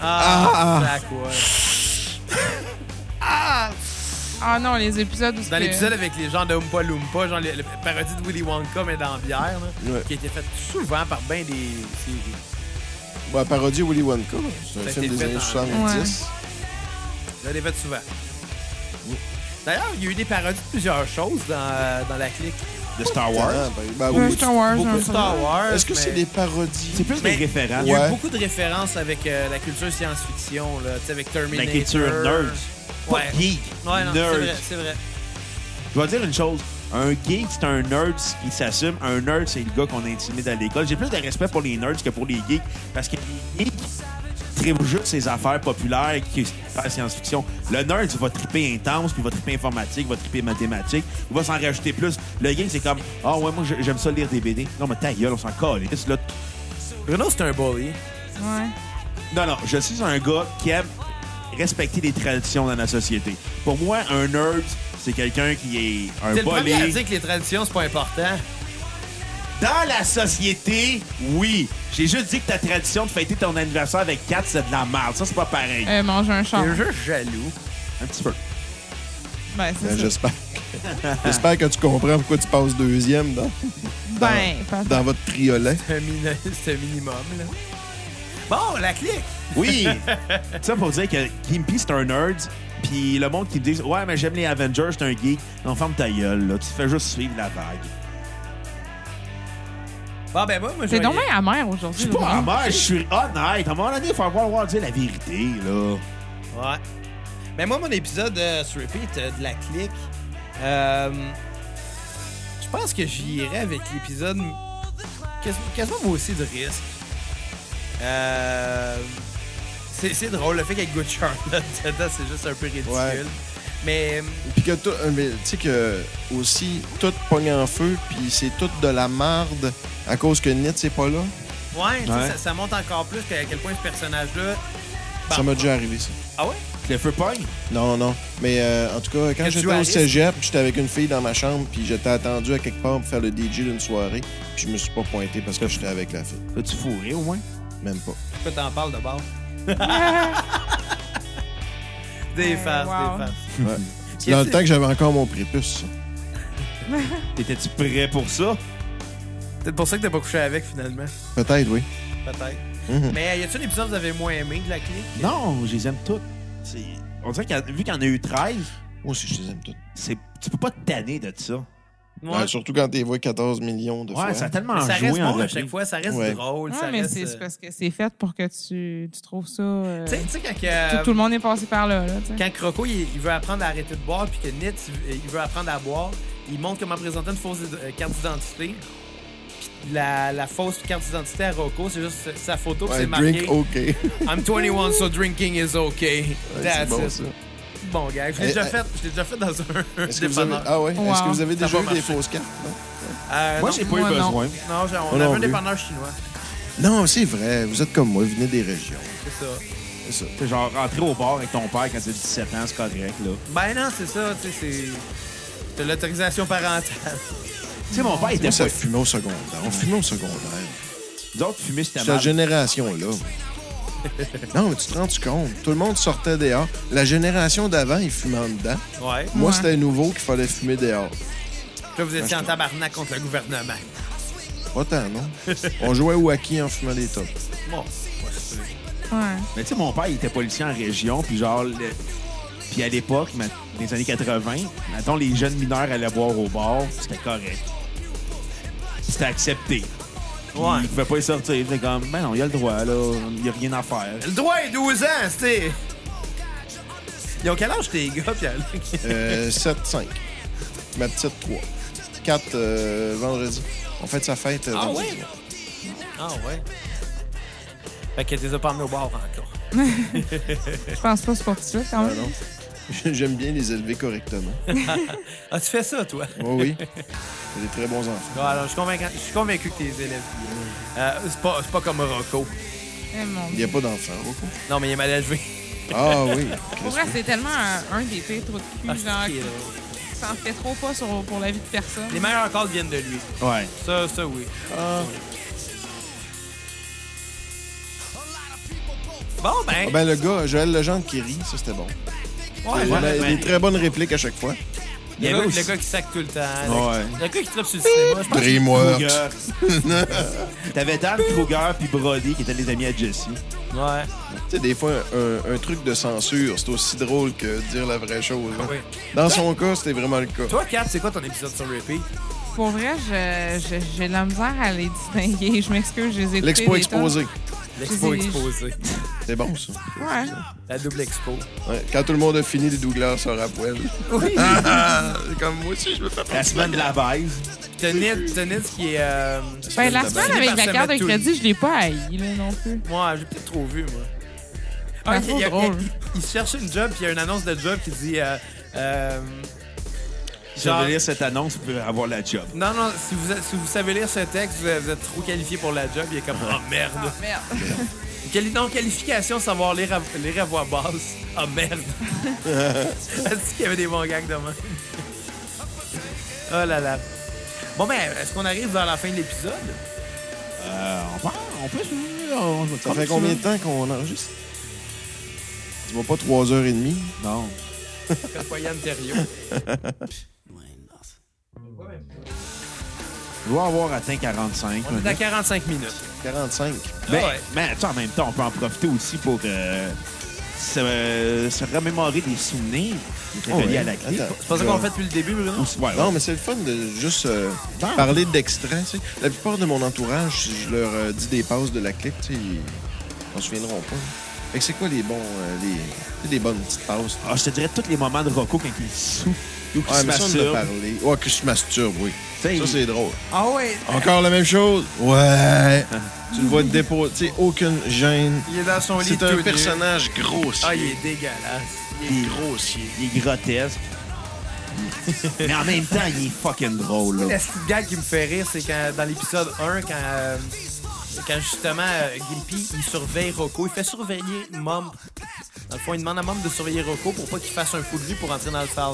Ah, Ah. sac, ouais. Ah non, les épisodes où Dans que- l'épisode avec les gens de Oompa Loompa, genre le, le parodie de Willy Wonka, mais dans la bière, là, Ouais. qui a été faite souvent par ben des séries. Bon, parodie Willy Wonka, c'est Ça un a film été des fait années en- 70. Je l'ai faite souvent. D'ailleurs, il y a eu des parodies de plusieurs choses dans, euh, dans la clique. De Star Wars. Ah, ben, ben Ouais, oui. Star Wars. hein, Beaucoup un de Star peu. Wars. Est-ce que c'est mais- des parodies? C'est plus Mais- des référents. Il y a eu Ouais. beaucoup de références avec euh, la culture science-fiction, là, tu sais, avec Terminator. La culture nerd. Pas Ouais. geek. Ouais, non, c'est vrai, nerd. c'est vrai. Je vais dire une chose. Un geek, c'est un nerd qui s'assume. Un nerd, c'est le gars qu'on intimide à l'école. J'ai plus de respect pour les nerds que pour les geeks parce que les geeks trippent juste ces affaires populaires qui font la science-fiction. Le nerd, il va triper intense, puis il va triper informatique, il va triper mathématiques. Il va s'en rajouter plus. Le geek, c'est comme Ah ouais, moi, j'aime ça lire des BD. Non, mais ta gueule, on s'en calisse, là. Bruno, c'est un bully. Ouais. Non, non, je suis un gars qui aime respecter les traditions dans la société. Pour moi, un nerd, c'est quelqu'un qui est un C'est le premier à bolé. dire que les traditions, c'est pas important. Dans la société, oui. J'ai juste dit que ta tradition de fêter ton anniversaire avec 4, c'est de la merde. Ça, c'est pas pareil. Euh, manger un char. T'es juste jaloux. Un petit peu. Ben, c'est ça. Ben, J'espère que- j'espère que tu comprends pourquoi tu passes deuxième dans, Ben, parce- dans votre triolet. C'est un, min- c'est un minimum, là. Bon, la clique. Oui. ça pour dire que Gimpy, c'est un nerd. Puis le monde qui me dit Ouais, mais j'aime les Avengers, c'est un geek. Non, ferme ta gueule, là. Tu fais juste suivre la vague. Bon, ben moi, moi, je c'est vais donc y- bien amer Je aujourd'hui. suis le pas monde. amer, je suis honnête. À un moment donné, il faut avoir dire la vérité, là. Ouais. Mais moi, mon épisode euh, sur repeat euh, de la clique, euh, je pense que j'irai avec l'épisode quas- quasiment moi aussi de risque. Euh, c'est c'est drôle, le fait qu'elle goûte Charlotte dedans, c'est juste un peu ridicule. Ouais. Mais Puis que tout, euh, mais tu sais que aussi, tout pogne en feu, puis c'est tout de la marde à cause que Nitz n'est pas là. ouais, tu sais, Ouais. Ça, ça monte encore plus que- à quel point ce personnage-là. Ça m'a déjà arrivé, ça. Ah ouais? Le feu pogne. Non, non. Mais euh, en tout cas, quand Que j'étais au dualiste. cégep, j'étais avec une fille dans ma chambre, puis j'étais attendu à quelque part pour faire le DJ d'une soirée, puis je me suis pas pointé parce que j'étais avec la fille. T'as-tu fourré au moins? Même pas. Pourquoi t'en parles de bord? des Euh, faces, wow. des faces. Ouais. C'est dans le temps que j'avais encore mon prépuce, ça. T'étais-tu prêt pour ça? Peut-être pour ça que t'as pas couché avec finalement. Peut-être, oui. Peut-être. Mhm. Mais euh, y a-tu un épisode que vous avez moins aimé de la clique? Non, je les aime toutes. C'est- On dirait qu'il y en- vu qu'il y en a eu 13, Moi aussi, je les aime toutes. c'est... tu peux pas te tanner de ça. Ouais, Euh, surtout quand t'es vois 14 millions de fois. Ouais, ça a tellement Mais ça joué reste en bon à reprise. chaque fois, ça reste Ouais. drôle. ça Ouais, mais reste, c'est c'est euh, parce que c'est fait pour que tu, tu trouves ça. euh, Tu sais- tu sais, quand, que- tout, tout le monde est passé par là. là tu sais. quand Croco il, il veut apprendre à arrêter de boire, puis que Nitz il veut apprendre à boire, il montre comment présenter une fausse id- euh, carte d'identité. Puis La, la fausse carte d'identité à Rocco, c'est juste sa photo, puis Ouais, c'est marqué drink OK. I'm 21, so drinking is okay. Ouais, c'est That's bon, it. ça. Bon, gars, je l'ai Eh, déjà eh. fait, je l'ai déjà fait dans un Est-ce que vous avez... dépanneur. Ah ouais? Wow. Est-ce que vous avez Ça déjà va eu des marcher. fausses cartes? non? Euh, Moi, non. j'ai pas eu Moi, non. besoin. Non, j'ai- on Oh, non avait un plus. dépanneur chinois. Non, c'est vrai. Vous êtes comme moi, vous venez des régions. C'est ça. C'est ça. C'est genre rentrer au bar avec ton père quand t'as 17 ans, c'est correct, là. Ben non, c'est ça, tu sais, c'est. C'est l'autorisation parentale. Tu sais, mon père était Moi, pas. ça fumait au secondaire. On fumait au secondaire. D'autres fumaient, c'était C'est la mal. génération-là. non, mais tu te rends compte? Tout le monde sortait dehors. La génération d'avant, ils fumaient en dedans. Ouais. Moi, Ouais. c'était nouveau qu'il fallait fumer dehors. Là, vous étiez en tabarnak contre le gouvernement. Pas tant, non? On jouait au hockey en fumant des tops. Bon, ouais, c'est- Ouais. Mais tu sais, mon père, il était policier en région, puis genre... le- Puis à l'époque, ma- dans les années 80, mettons, les jeunes mineurs allaient boire au bar, c'était correct. C'était accepté. Puis Ouais. Ils pouvaient pas y sortir. C'était comme, ben non, il y a le droit, là. Il y a rien à faire. Le droit est 12 ans, c'est. Ils ont quel âge tes gars, Pierre-Luc? Euh, 7-5. Ma petite 3. 4 euh, vendredi. En fait, sa fête. euh, Ah vendredi. ouais? Ah ouais. Fait que t'es pas emmenés au bar encore. Je pense pas que c'est pour ça, quand Ah même. non. J'aime bien les élever correctement. Oh Ah, tu fais ça, toi? Oui, oui. C'est des très bons enfants. Ah, non, je suis convaincu, je suis convaincu que tes élèves. Euh, c'est pas, c'est pas comme Rocco. Eh, mon Il Dieu. n'y a pas d'enfants, beaucoup. Non, mais il est mal élevé. Ah oui. Pour vrai, c'est tellement un, un des pires trous de Ah, cul, c'est genre, qui, qui là. s'en fait trop pas sur, pour la vie de personne. Les meilleurs calls viennent de lui. Ouais. Ça, ça, oui. Ah. Bon, Ah ben. ben, le gars, Joël Legendre qui rit, ça c'était bon. ouais, Il ouais, a ben, des très bonnes répliques à chaque fois. le, Il y gars, avait aussi- le gars qui sac tout le temps. Ouais. Le, le gars qui tripe sur le cinéma. Je pense Dreamworks. Kruger. T'avais Dan Kruger puis Brody qui étaient les amis à Jesse. Ouais. Ah Tu sais, des fois, un, un truc de censure, c'est aussi drôle que de dire la vraie chose. hein. Oui. Dans son cas, c'était vraiment le cas. Ah Toi, Kat, c'est quoi ton épisode sur Repeat? Pour vrai, je- je- j'ai de la misère à les distinguer. Je m'excuse, je les ai écoutés L'expo des tonnes. exposé. L'expo Je les ai- exposé. C'est bon, ça. Ouais. La double expo. Ouais, Quand tout le monde a fini, les Douglas sort à poil. Oui. Comme moi aussi, je veux faire La semaine de la baise. Tennis, tennis qui est. euh, Ben, la T'as semaine bien avec fait la ça, carte de Matou. crédit, je l'ai pas haï, là, non plus. Moi, j'ai peut-être trop vu, moi. Ah, il, trop il- il- drôle. il cherche une job, puis il y a une annonce de job qui dit. euh, euh, Si Genre- vous lire cette annonce, vous pouvez avoir la job. non, non, si vous, si vous savez lire ce texte, vous, vous êtes trop qualifié pour la job. Il est comme, oh merde. Ah, merde. Quali- non, qualification, savoir lire à, lire à voix basse. Ah merde. Est-ce qu'il y avait des bons gags demain? oh là là. Bon, ben, est-ce qu'on arrive vers la fin de l'épisode? Euh, on part, on peut se- on- Ça fait combien de temps qu'on enregistre? Tu vois pas 3h30? Non. Comme quoi, Yann Terriot. Je dois avoir atteint 45. On est à 45 minutes. 45. Mais, Ah ouais. mais, tu sais, en même temps, on peut en profiter aussi pour euh, se, euh, se remémorer des souvenirs qui étaient Oh, reliés ouais. à la clé. Attends. C'est pas ça qu'on fait depuis le début, Bruno? Ou- ouais, Non, ouais. mais c'est le fun de juste euh, Non. parler d'extraits. tu sais. La plupart de mon entourage, si je leur euh, dis des passes de la clip, tu sais, ils s'en souviendront pas. Fait que c'est quoi les bons, euh, les, tu sais, les bonnes petites passes? Ah, je te dirais tous les moments de Rocco quand il est sous ou qu'il Ah, se mais ça, on en a masturbe. parlé. Ouais, que je masturbe, oui. Tu sais, Ça, c'est drôle. Ah ouais! Encore la même chose? Ouais. tu le vois déposer, tu sais, aucune gêne. Il est dans son lit C'est de un tout nu. personnage grossier. Ah, il est dégueulasse. il est grossier, il est grotesque. mais en même temps, il est fucking drôle. La Là. petite gag qui me fait rire, c'est quand dans l'épisode 1, quand, euh, quand justement euh, Gimpy, il surveille Rocco, il fait surveiller Mom. Dans le fond, il demande à Mom de surveiller Rocco pour pas qu'il fasse un coup de lui pour entrer dans le Alpha.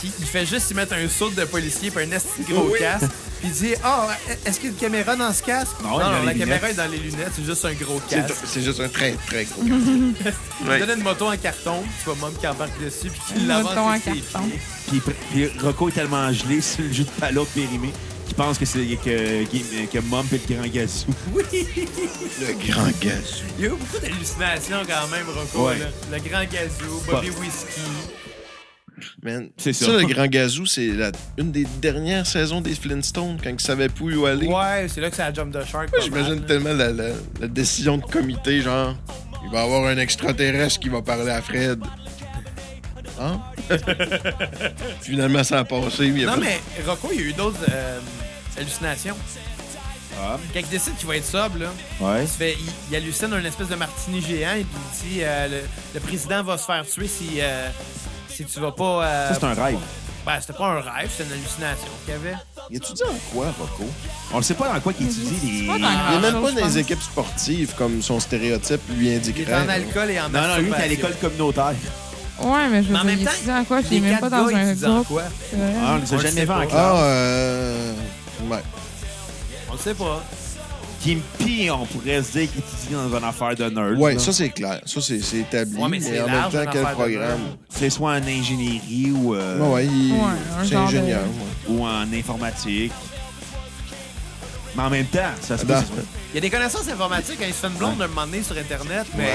Puis il fait juste y mettre un saut de policier puis un esti de gros casque. Puis il dit Ah, est-ce qu'il y a une caméra dans ce casque Non, il y a les la lunettes. caméra est dans les lunettes, c'est juste un gros C'est- casque. C'est juste un très, très gros. Il donne une moto en carton, tu vois Mom qui embarque dessus puis qui Une l'avance moto en avec ses carton. pieds. Puis, puis Rocco est tellement gelé sur le jus de palope périmé qu'il pense que c'est que, que, que Mom et le grand Gassou. Le grand gaz. Il y a eu beaucoup d'hallucinations quand même, Rocco. Ouais. là. Le grand gazou, Bobby Whiskey. Man, C'est ça. Ça, le grand gazou, c'est la- une des dernières saisons des Flintstones, quand ils savaient pas où aller. Ouais, c'est là que ça a jump the shark. pas J'imagine mal, là. tellement la, la- la décision de comité, genre, il va y avoir un extraterrestre qui va parler à Fred. Hein? Finalement, ça a passé. mais il y a Non, pas- mais Rocco, il y a eu d'autres euh, hallucinations. Ah, Quand il décide qu'il va être sobre, là, ouais. il, se fait- il- il hallucine un espèce de martini géant et puis il dit euh, le, le président va se faire tuer si, euh, si tu vas pas. euh, Ça, c'est un rêve. Ben, c'était pas un rêve, c'était une hallucination qu'il y avait. Il étudie en quoi, Rocco? On ne sait pas dans quoi qu'il étudie. C'est les- pas dans le Il Ah, n'est ça, même pas je dans pense. les équipes sportives comme son stéréotype lui Il indiquerait. est en alcool et en Non, non, lui, il est à masturbation. l'école communautaire. Ouais, mais je veux Mais en dire, même il temps, étudie en quoi? Je l'ai les même quatre pas dans gars, un ils disent en groupe. quoi? c'est vrai. Ah, on les On a le jamais sait vus en pas. classe. Ah, euh... Ouais. On le sait pas. Gimpy, on pourrait se dire qu'il étudie dans une affaire de nerd. Ouais, là. ça, c'est clair. Ça, c'est c'est établi. Ouais, mais mais c'est en large, même une temps, quel affaire de programme? nerd. C'est soit en ingénierie ou, euh, Ouais, ouais, il- Ouais, un c'est genre de- ingénieur. ouais. ou en informatique. Mais en même temps, ça se peut. Ben, ça se peut. Il y a des connaissances informatiques. Hein, il se fait une blonde un moment donné sur Internet, mais Ouais.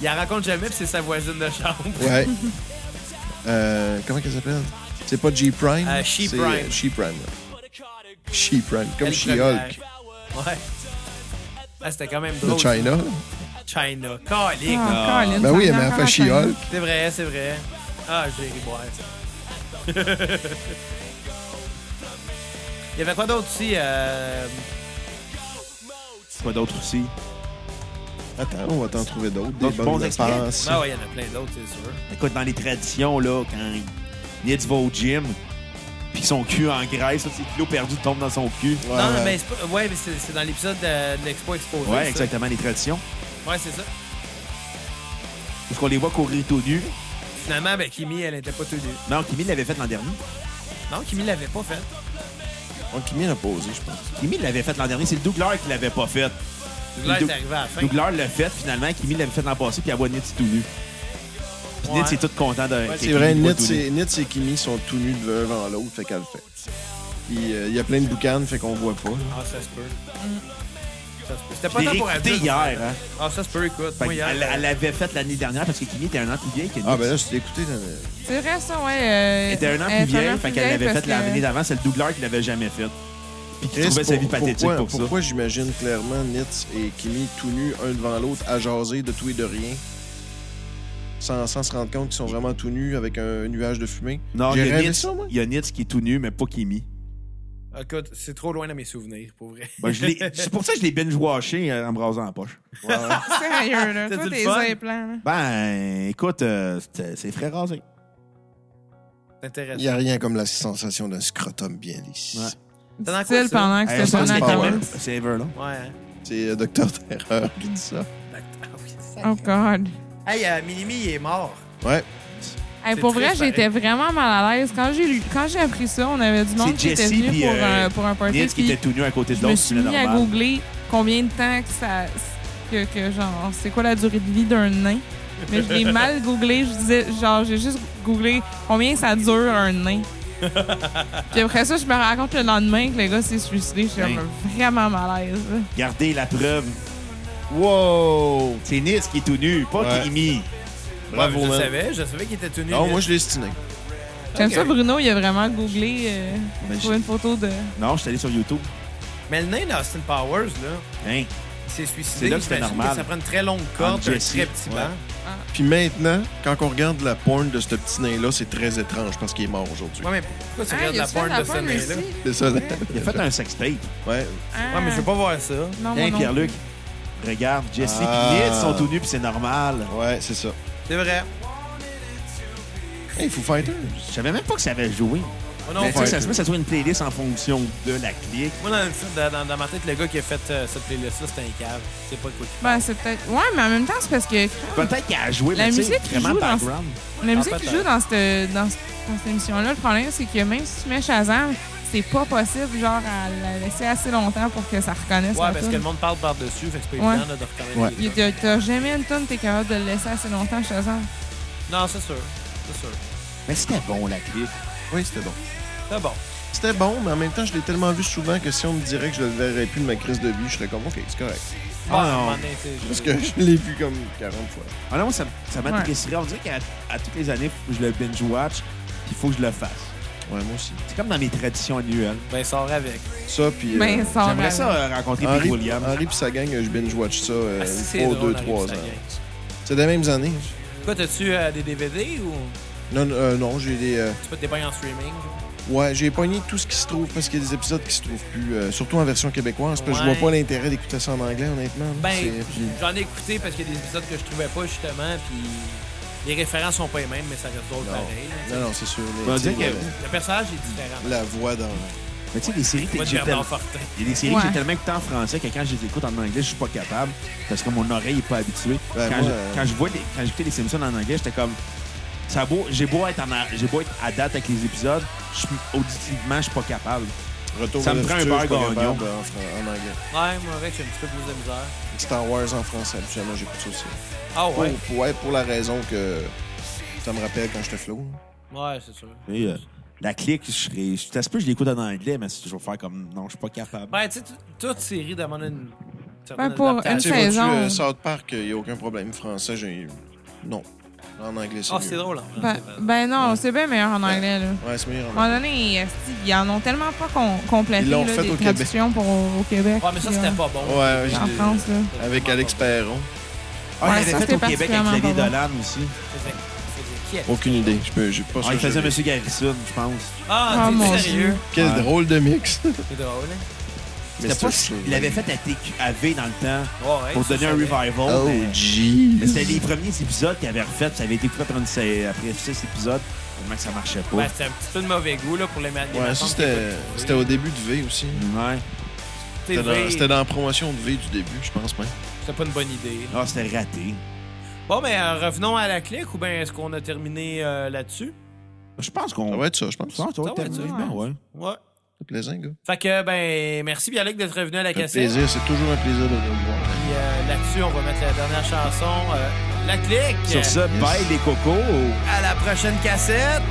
il la raconte jamais, puis c'est sa voisine de chambre. Ouais. euh, comment qu'elle s'appelle? C'est pas G-Prime? Euh, She c'est, Prime. euh, She Prime. ouais. She Prime, comme Elle She-Hulk première. Ouais. Ah, c'était quand même de drôle. China. China. Calique. Ah, Colin, Ben ça oui, revient mais elle encore à fait She-Hulk. C'est vrai, c'est vrai. Ah, j'ai ri boire. Il y avait quoi d'autre aussi? Euh... Quoi d'autre aussi? Attends, on va t'en trouver d'autres. Des D'autres bons bonnes extraits? réponses. Ah ouais, il y en a plein d'autres, c'est sûr. Écoute, dans les traditions, là, quand Nitz va au gym, puis son cul en graisse, là, ses kilos perdus tombent dans son cul. non, Ouais, ouais. mais c'est pas- ouais, mais c'est c'est dans l'épisode de, de l'Expo Exposé. Ouais, ça. exactement, les traditions. Ouais, c'est ça. Parce qu'on les voit courir tout nu. Finalement, ben, Kimi, elle n'était pas tout nue. Non, Kimi l'avait fait l'an dernier. Non, Kimi l'avait pas fait. On qui l'a posé, je pense. Kimi l'avait fait l'an dernier. C'est le doubleur qui l'avait pas fait. Là, elle Dou- est arrivée à la fin. Doubleur l'a fait finalement. Kimi l'avait fait l'an passé, puis elle voit Nitz tout nu. Puis Ouais. Nitz est tout content de. que C'est Kimi vrai, le voit Nitz tout nu. et, Nitz et Kimi sont tout nus de l'un devant l'autre, fait qu'elle le fait. Puis euh, il y a plein de boucanes, fait qu'on voit pas. Ah, ça se peut. Ça se peut. Mm. Je C'était pas l'ai tant pour réécouté adulte. hier. Hein. Ah, ça se peut, écoute. Fait Moi, hier, elle, elle l'avait fait l'année dernière parce que Kimi était un an plus vieille que Nitz. Ah, ben là, je t'ai écouté. là, mais- C'est vrai, ça, ouais. euh, Elle était un an elle plus est vieille, fait an plus qu'elle l'avait vieille fait parce l'année que- d'avant. C'est le doubleur qui l'avait jamais fait. Puis qui Chris, trouvait sa vie pour- pathétique pourquoi, pour ça. Pourquoi j'imagine clairement Nitz et Kimi tout nus, un devant l'autre, à jaser de tout et de rien, sans, sans se rendre compte qu'ils sont vraiment tout nus avec un nuage de fumée? Non, J'ai il y, a rêvé Nitz, ça, moi. il y a Nitz qui est tout nu, mais pas Kimi. euh, Écoute, c'est trop loin de mes souvenirs, pour vrai. Ben, je l'ai- c'est pour ça que je l'ai binge-watché euh, en me rasant la poche. Ouais. Sérieux, là. T'as Toi, du tes fun? implants, là. Ben, écoute, euh, c'était- c'est frais rasé. C'est Il intéressant. n'y a rien comme la sensation d'un scrotum bien lisse. Ouais. T'en as quoi, Style ça? pendant que Euh, je c'était pense que pendant Jonathan c'était Wall. même- la c'est Ever, là. Ouais. hein. C'est euh, Docteur Terreur qui dit ça. Ah oui, ça- Oh, God. Hey, euh, Minimi, il est mort. Ouais. Hey, C'est pour vrai, triste, j'étais vraiment mal à l'aise. Quand j'ai lu- quand j'ai appris ça, on avait du monde C'est qui était Jessie venu puis, pour, euh, un- pour un party. Nitz qui puis était tout nu à côté de je me l'autre, suis c'est mis à normal. googler combien de temps que ça. que, que genre, c'est quoi la durée de vie d'un nain. Mais je l'ai mal googlé. Je disais, genre, j'ai juste googlé combien ça dure un nain. puis après ça, je me rends compte le lendemain que le gars s'est suicidé. J'étais Hey. comme vraiment mal à l'aise. là. Regardez la preuve. Wow! C'est Nitz qui est tout nu, pas Ouais. Kimi. Bravo, Ouais, je man. savais, je savais qu'il était tout nu. Non, moi, je l'ai stiné. J'aime Ok. ça, Bruno, il a vraiment googlé euh, pour Ben, trouver je- une photo de. Non, je suis allé sur YouTube. Mais le nain d'Austin Powers, là, Hein? il s'est suicidé. C'est là que c'était J'imagine normal. Ça prend une très longue corde, Entre un Jesse, très petit ouais. banc. Puis maintenant, quand on regarde la porn de ce petit nain-là, c'est très étrange parce qu'il est mort aujourd'hui. Ouais, mais pourquoi tu Ah, regardes il a la fait porn de ce porn nain-là? aussi? C'est ça. là. Il a fait un sextape. Ouais. Ah. Ouais, mais je veux pas voir ça. Non, Ah, moi Hein, non Pierre-Luc? Regarde, Jesse et Ah. Nitz sont tout nus, puis c'est normal. Ouais, c'est ça. C'est vrai. Hey, Foo Fighters. Je savais même pas que ça avait joué. Oh, non, Mais tu sais, ouais. ça se peut que ça soit une playlist en fonction de la clique. Moi, dans, le- dans- dans ma tête, le gars qui a fait euh, cette playlist-là, c'était un cave. C'est pas cool. Ben, c'est peut-être. Ouais, mais en même temps, c'est parce que crème, Peut-être qu'elle a joué, La mais tu sais, musique qui vraiment joue dans- background. la musique fait, qui euh, joue dans cette, dans, cette- dans cette émission-là, le problème, c'est que même si tu mets Shazam, c'est pas possible, genre, à la laisser assez longtemps pour que ça reconnaisse Ouais, la parce tune. que le monde parle par-dessus, fait que c'est pas Ouais. évident là, de reconnaître. Ouais. les Il- gens. t'as- T'as jamais une tune, t'es capable de le laisser assez longtemps, Shazam. Non, c'est sûr. C'est sûr. Mais c'était bon, la clique. Oui, c'était bon. C'est bon. C'était bon, mais en même temps, je l'ai tellement vu souvent que si on me dirait que je le verrais plus de ma crise de vie, je serais comme, OK, c'est correct. Ah, Bon, à un non. moment donné, c'est- Parce que je l'ai vu comme 40 fois. Ah non, moi, ça, ça m'intéresserait. On dirait qu'à à toutes les années, faut que je le binge-watch, puis il faut que je le fasse. Ouais, moi aussi. C'est comme dans mes traditions annuelles. Ben, sort avec. Ça, puis. euh, Ben, ça J'aimerais ça euh, rencontrer Big Henri, Williams. Henri puis sa gang, je binge-watch ça euh, Ah, si, c'est une fois drôle, aux 2-3 Henri ans. puis sa gang. C'est des mêmes années. Quoi, t'as-tu euh, des DVD ou Non, non, euh, non j'ai des. euh, tu peux te débrouiller en streaming? Ouais, j'ai pogné tout ce qui se trouve parce qu'il y a des épisodes qui se trouvent plus, euh, surtout en version québécoise, parce que Ouais. je vois pas l'intérêt d'écouter ça en anglais, honnêtement. Ben, C'est- puis- j'en ai écouté parce qu'il y a des épisodes que je trouvais pas, justement, puis les références sont pas les mêmes, mais ça reste drôle Non. pareil. là, tu sais. Non, non, c'est sûr. mais On va tu sais, dire que- la- Le personnage est différent. La voix dans. Mais tu sais, des séries que Pas de j'ai Bernard tellement- Fortin. il y a des séries Ouais. que j'ai tellement écoutées en français que quand je les écoute en anglais, je suis pas capable parce que mon oreille est pas habituée. Ben, quand, moi, je- euh, quand je vois les- quand j'écoutais les Simpsons en anglais, j'étais comme ça a beau, j'ai beau être en a- j'ai beau être à date avec les épisodes, je suis- auditivement, je suis pas capable. Retour Ça vers me le prend un futur, je beurre suis pas gagnon. capable en, fran- en anglais. Ouais, moi, avec, j'ai un petit peu plus de misère. Star Wars en français, habituellement, j'écoute ça aussi. Ah Pour, ouais? pour- ouais, pour la raison que ça me rappelle quand j'étais flou. Oh. Ouais, c'est sûr. Et, euh, la clique, je serais. je- Ça se peut que je l'écoute en anglais, mais c'est toujours faire comme non, je suis pas capable. Ben, tu sais, t- toute série demande une certaine Ouais, Ben, pour une Tu adaptation. sais, vas-tu saison. euh, South Park, il n'y a aucun problème français, j'ai... Non. En anglais, c'est Ah, mieux. c'est drôle. hein. Ben, ben non, c'est bien meilleur en anglais, là. Ouais, c'est meilleur. en À un anglais. moment donné, esti, ils en ont tellement pas com- complété Ils l'ont là, refait des au Québec. traductions pour au Québec. Ouais, mais ça, puis, c'était euh, pas bon. Ouais, ouais, En j'ai- France, là. Avec Alex Perron. Ah, il Ouais, ça, avait fait c'était au Québec avec particulièrement Xavier pas bon. Dolan aussi. Faisait- faisait qui, elle? Aucune idée. Je peux, j'ai pas Ah, ça, il faisait Ah, je- Monsieur Garrison, je pense. Ah, Ah, mon t'es sérieux? Dieu. Quel Ouais. drôle de mix. C'est drôle, hein? C'était pas si- Il l'avait fait à TQAV dans le temps Ouais, pour hein, ça, donner un ça avait- revival. Oh, mais- Mais jeez. c'était les premiers épisodes qu'il avait refait. Ça avait été coupé après, une sa- après six épisodes. Tellement que ça marchait pas. Ben, c'était un petit peu de mauvais goût, là, pour les ma- les Ouais, ça, matantes c'était qui c'était écoutent au début de V aussi. Ouais. TV. C'était dans, c'était C'était dans la promotion de V du début, je pense même. c'était pas une bonne idée. Ah, c'était raté. Bon, mais euh, revenons à la clique, ou bien est-ce qu'on a terminé euh, là-dessus? Je pense Ça qu'on. va être ça, je pense. Ça, C'est ça va Ça être va être terminé, ça. ben ouais. Ouais. plaisant, gars. Fait que, ben, merci, Bialik, d'être revenu à la Ça fait cassette. plaisir, c'est toujours un plaisir de vous voir. Puis euh, là-dessus, on va mettre la dernière chanson, euh, la clique. Sur ça, Yes. bye les cocos. À la prochaine cassette.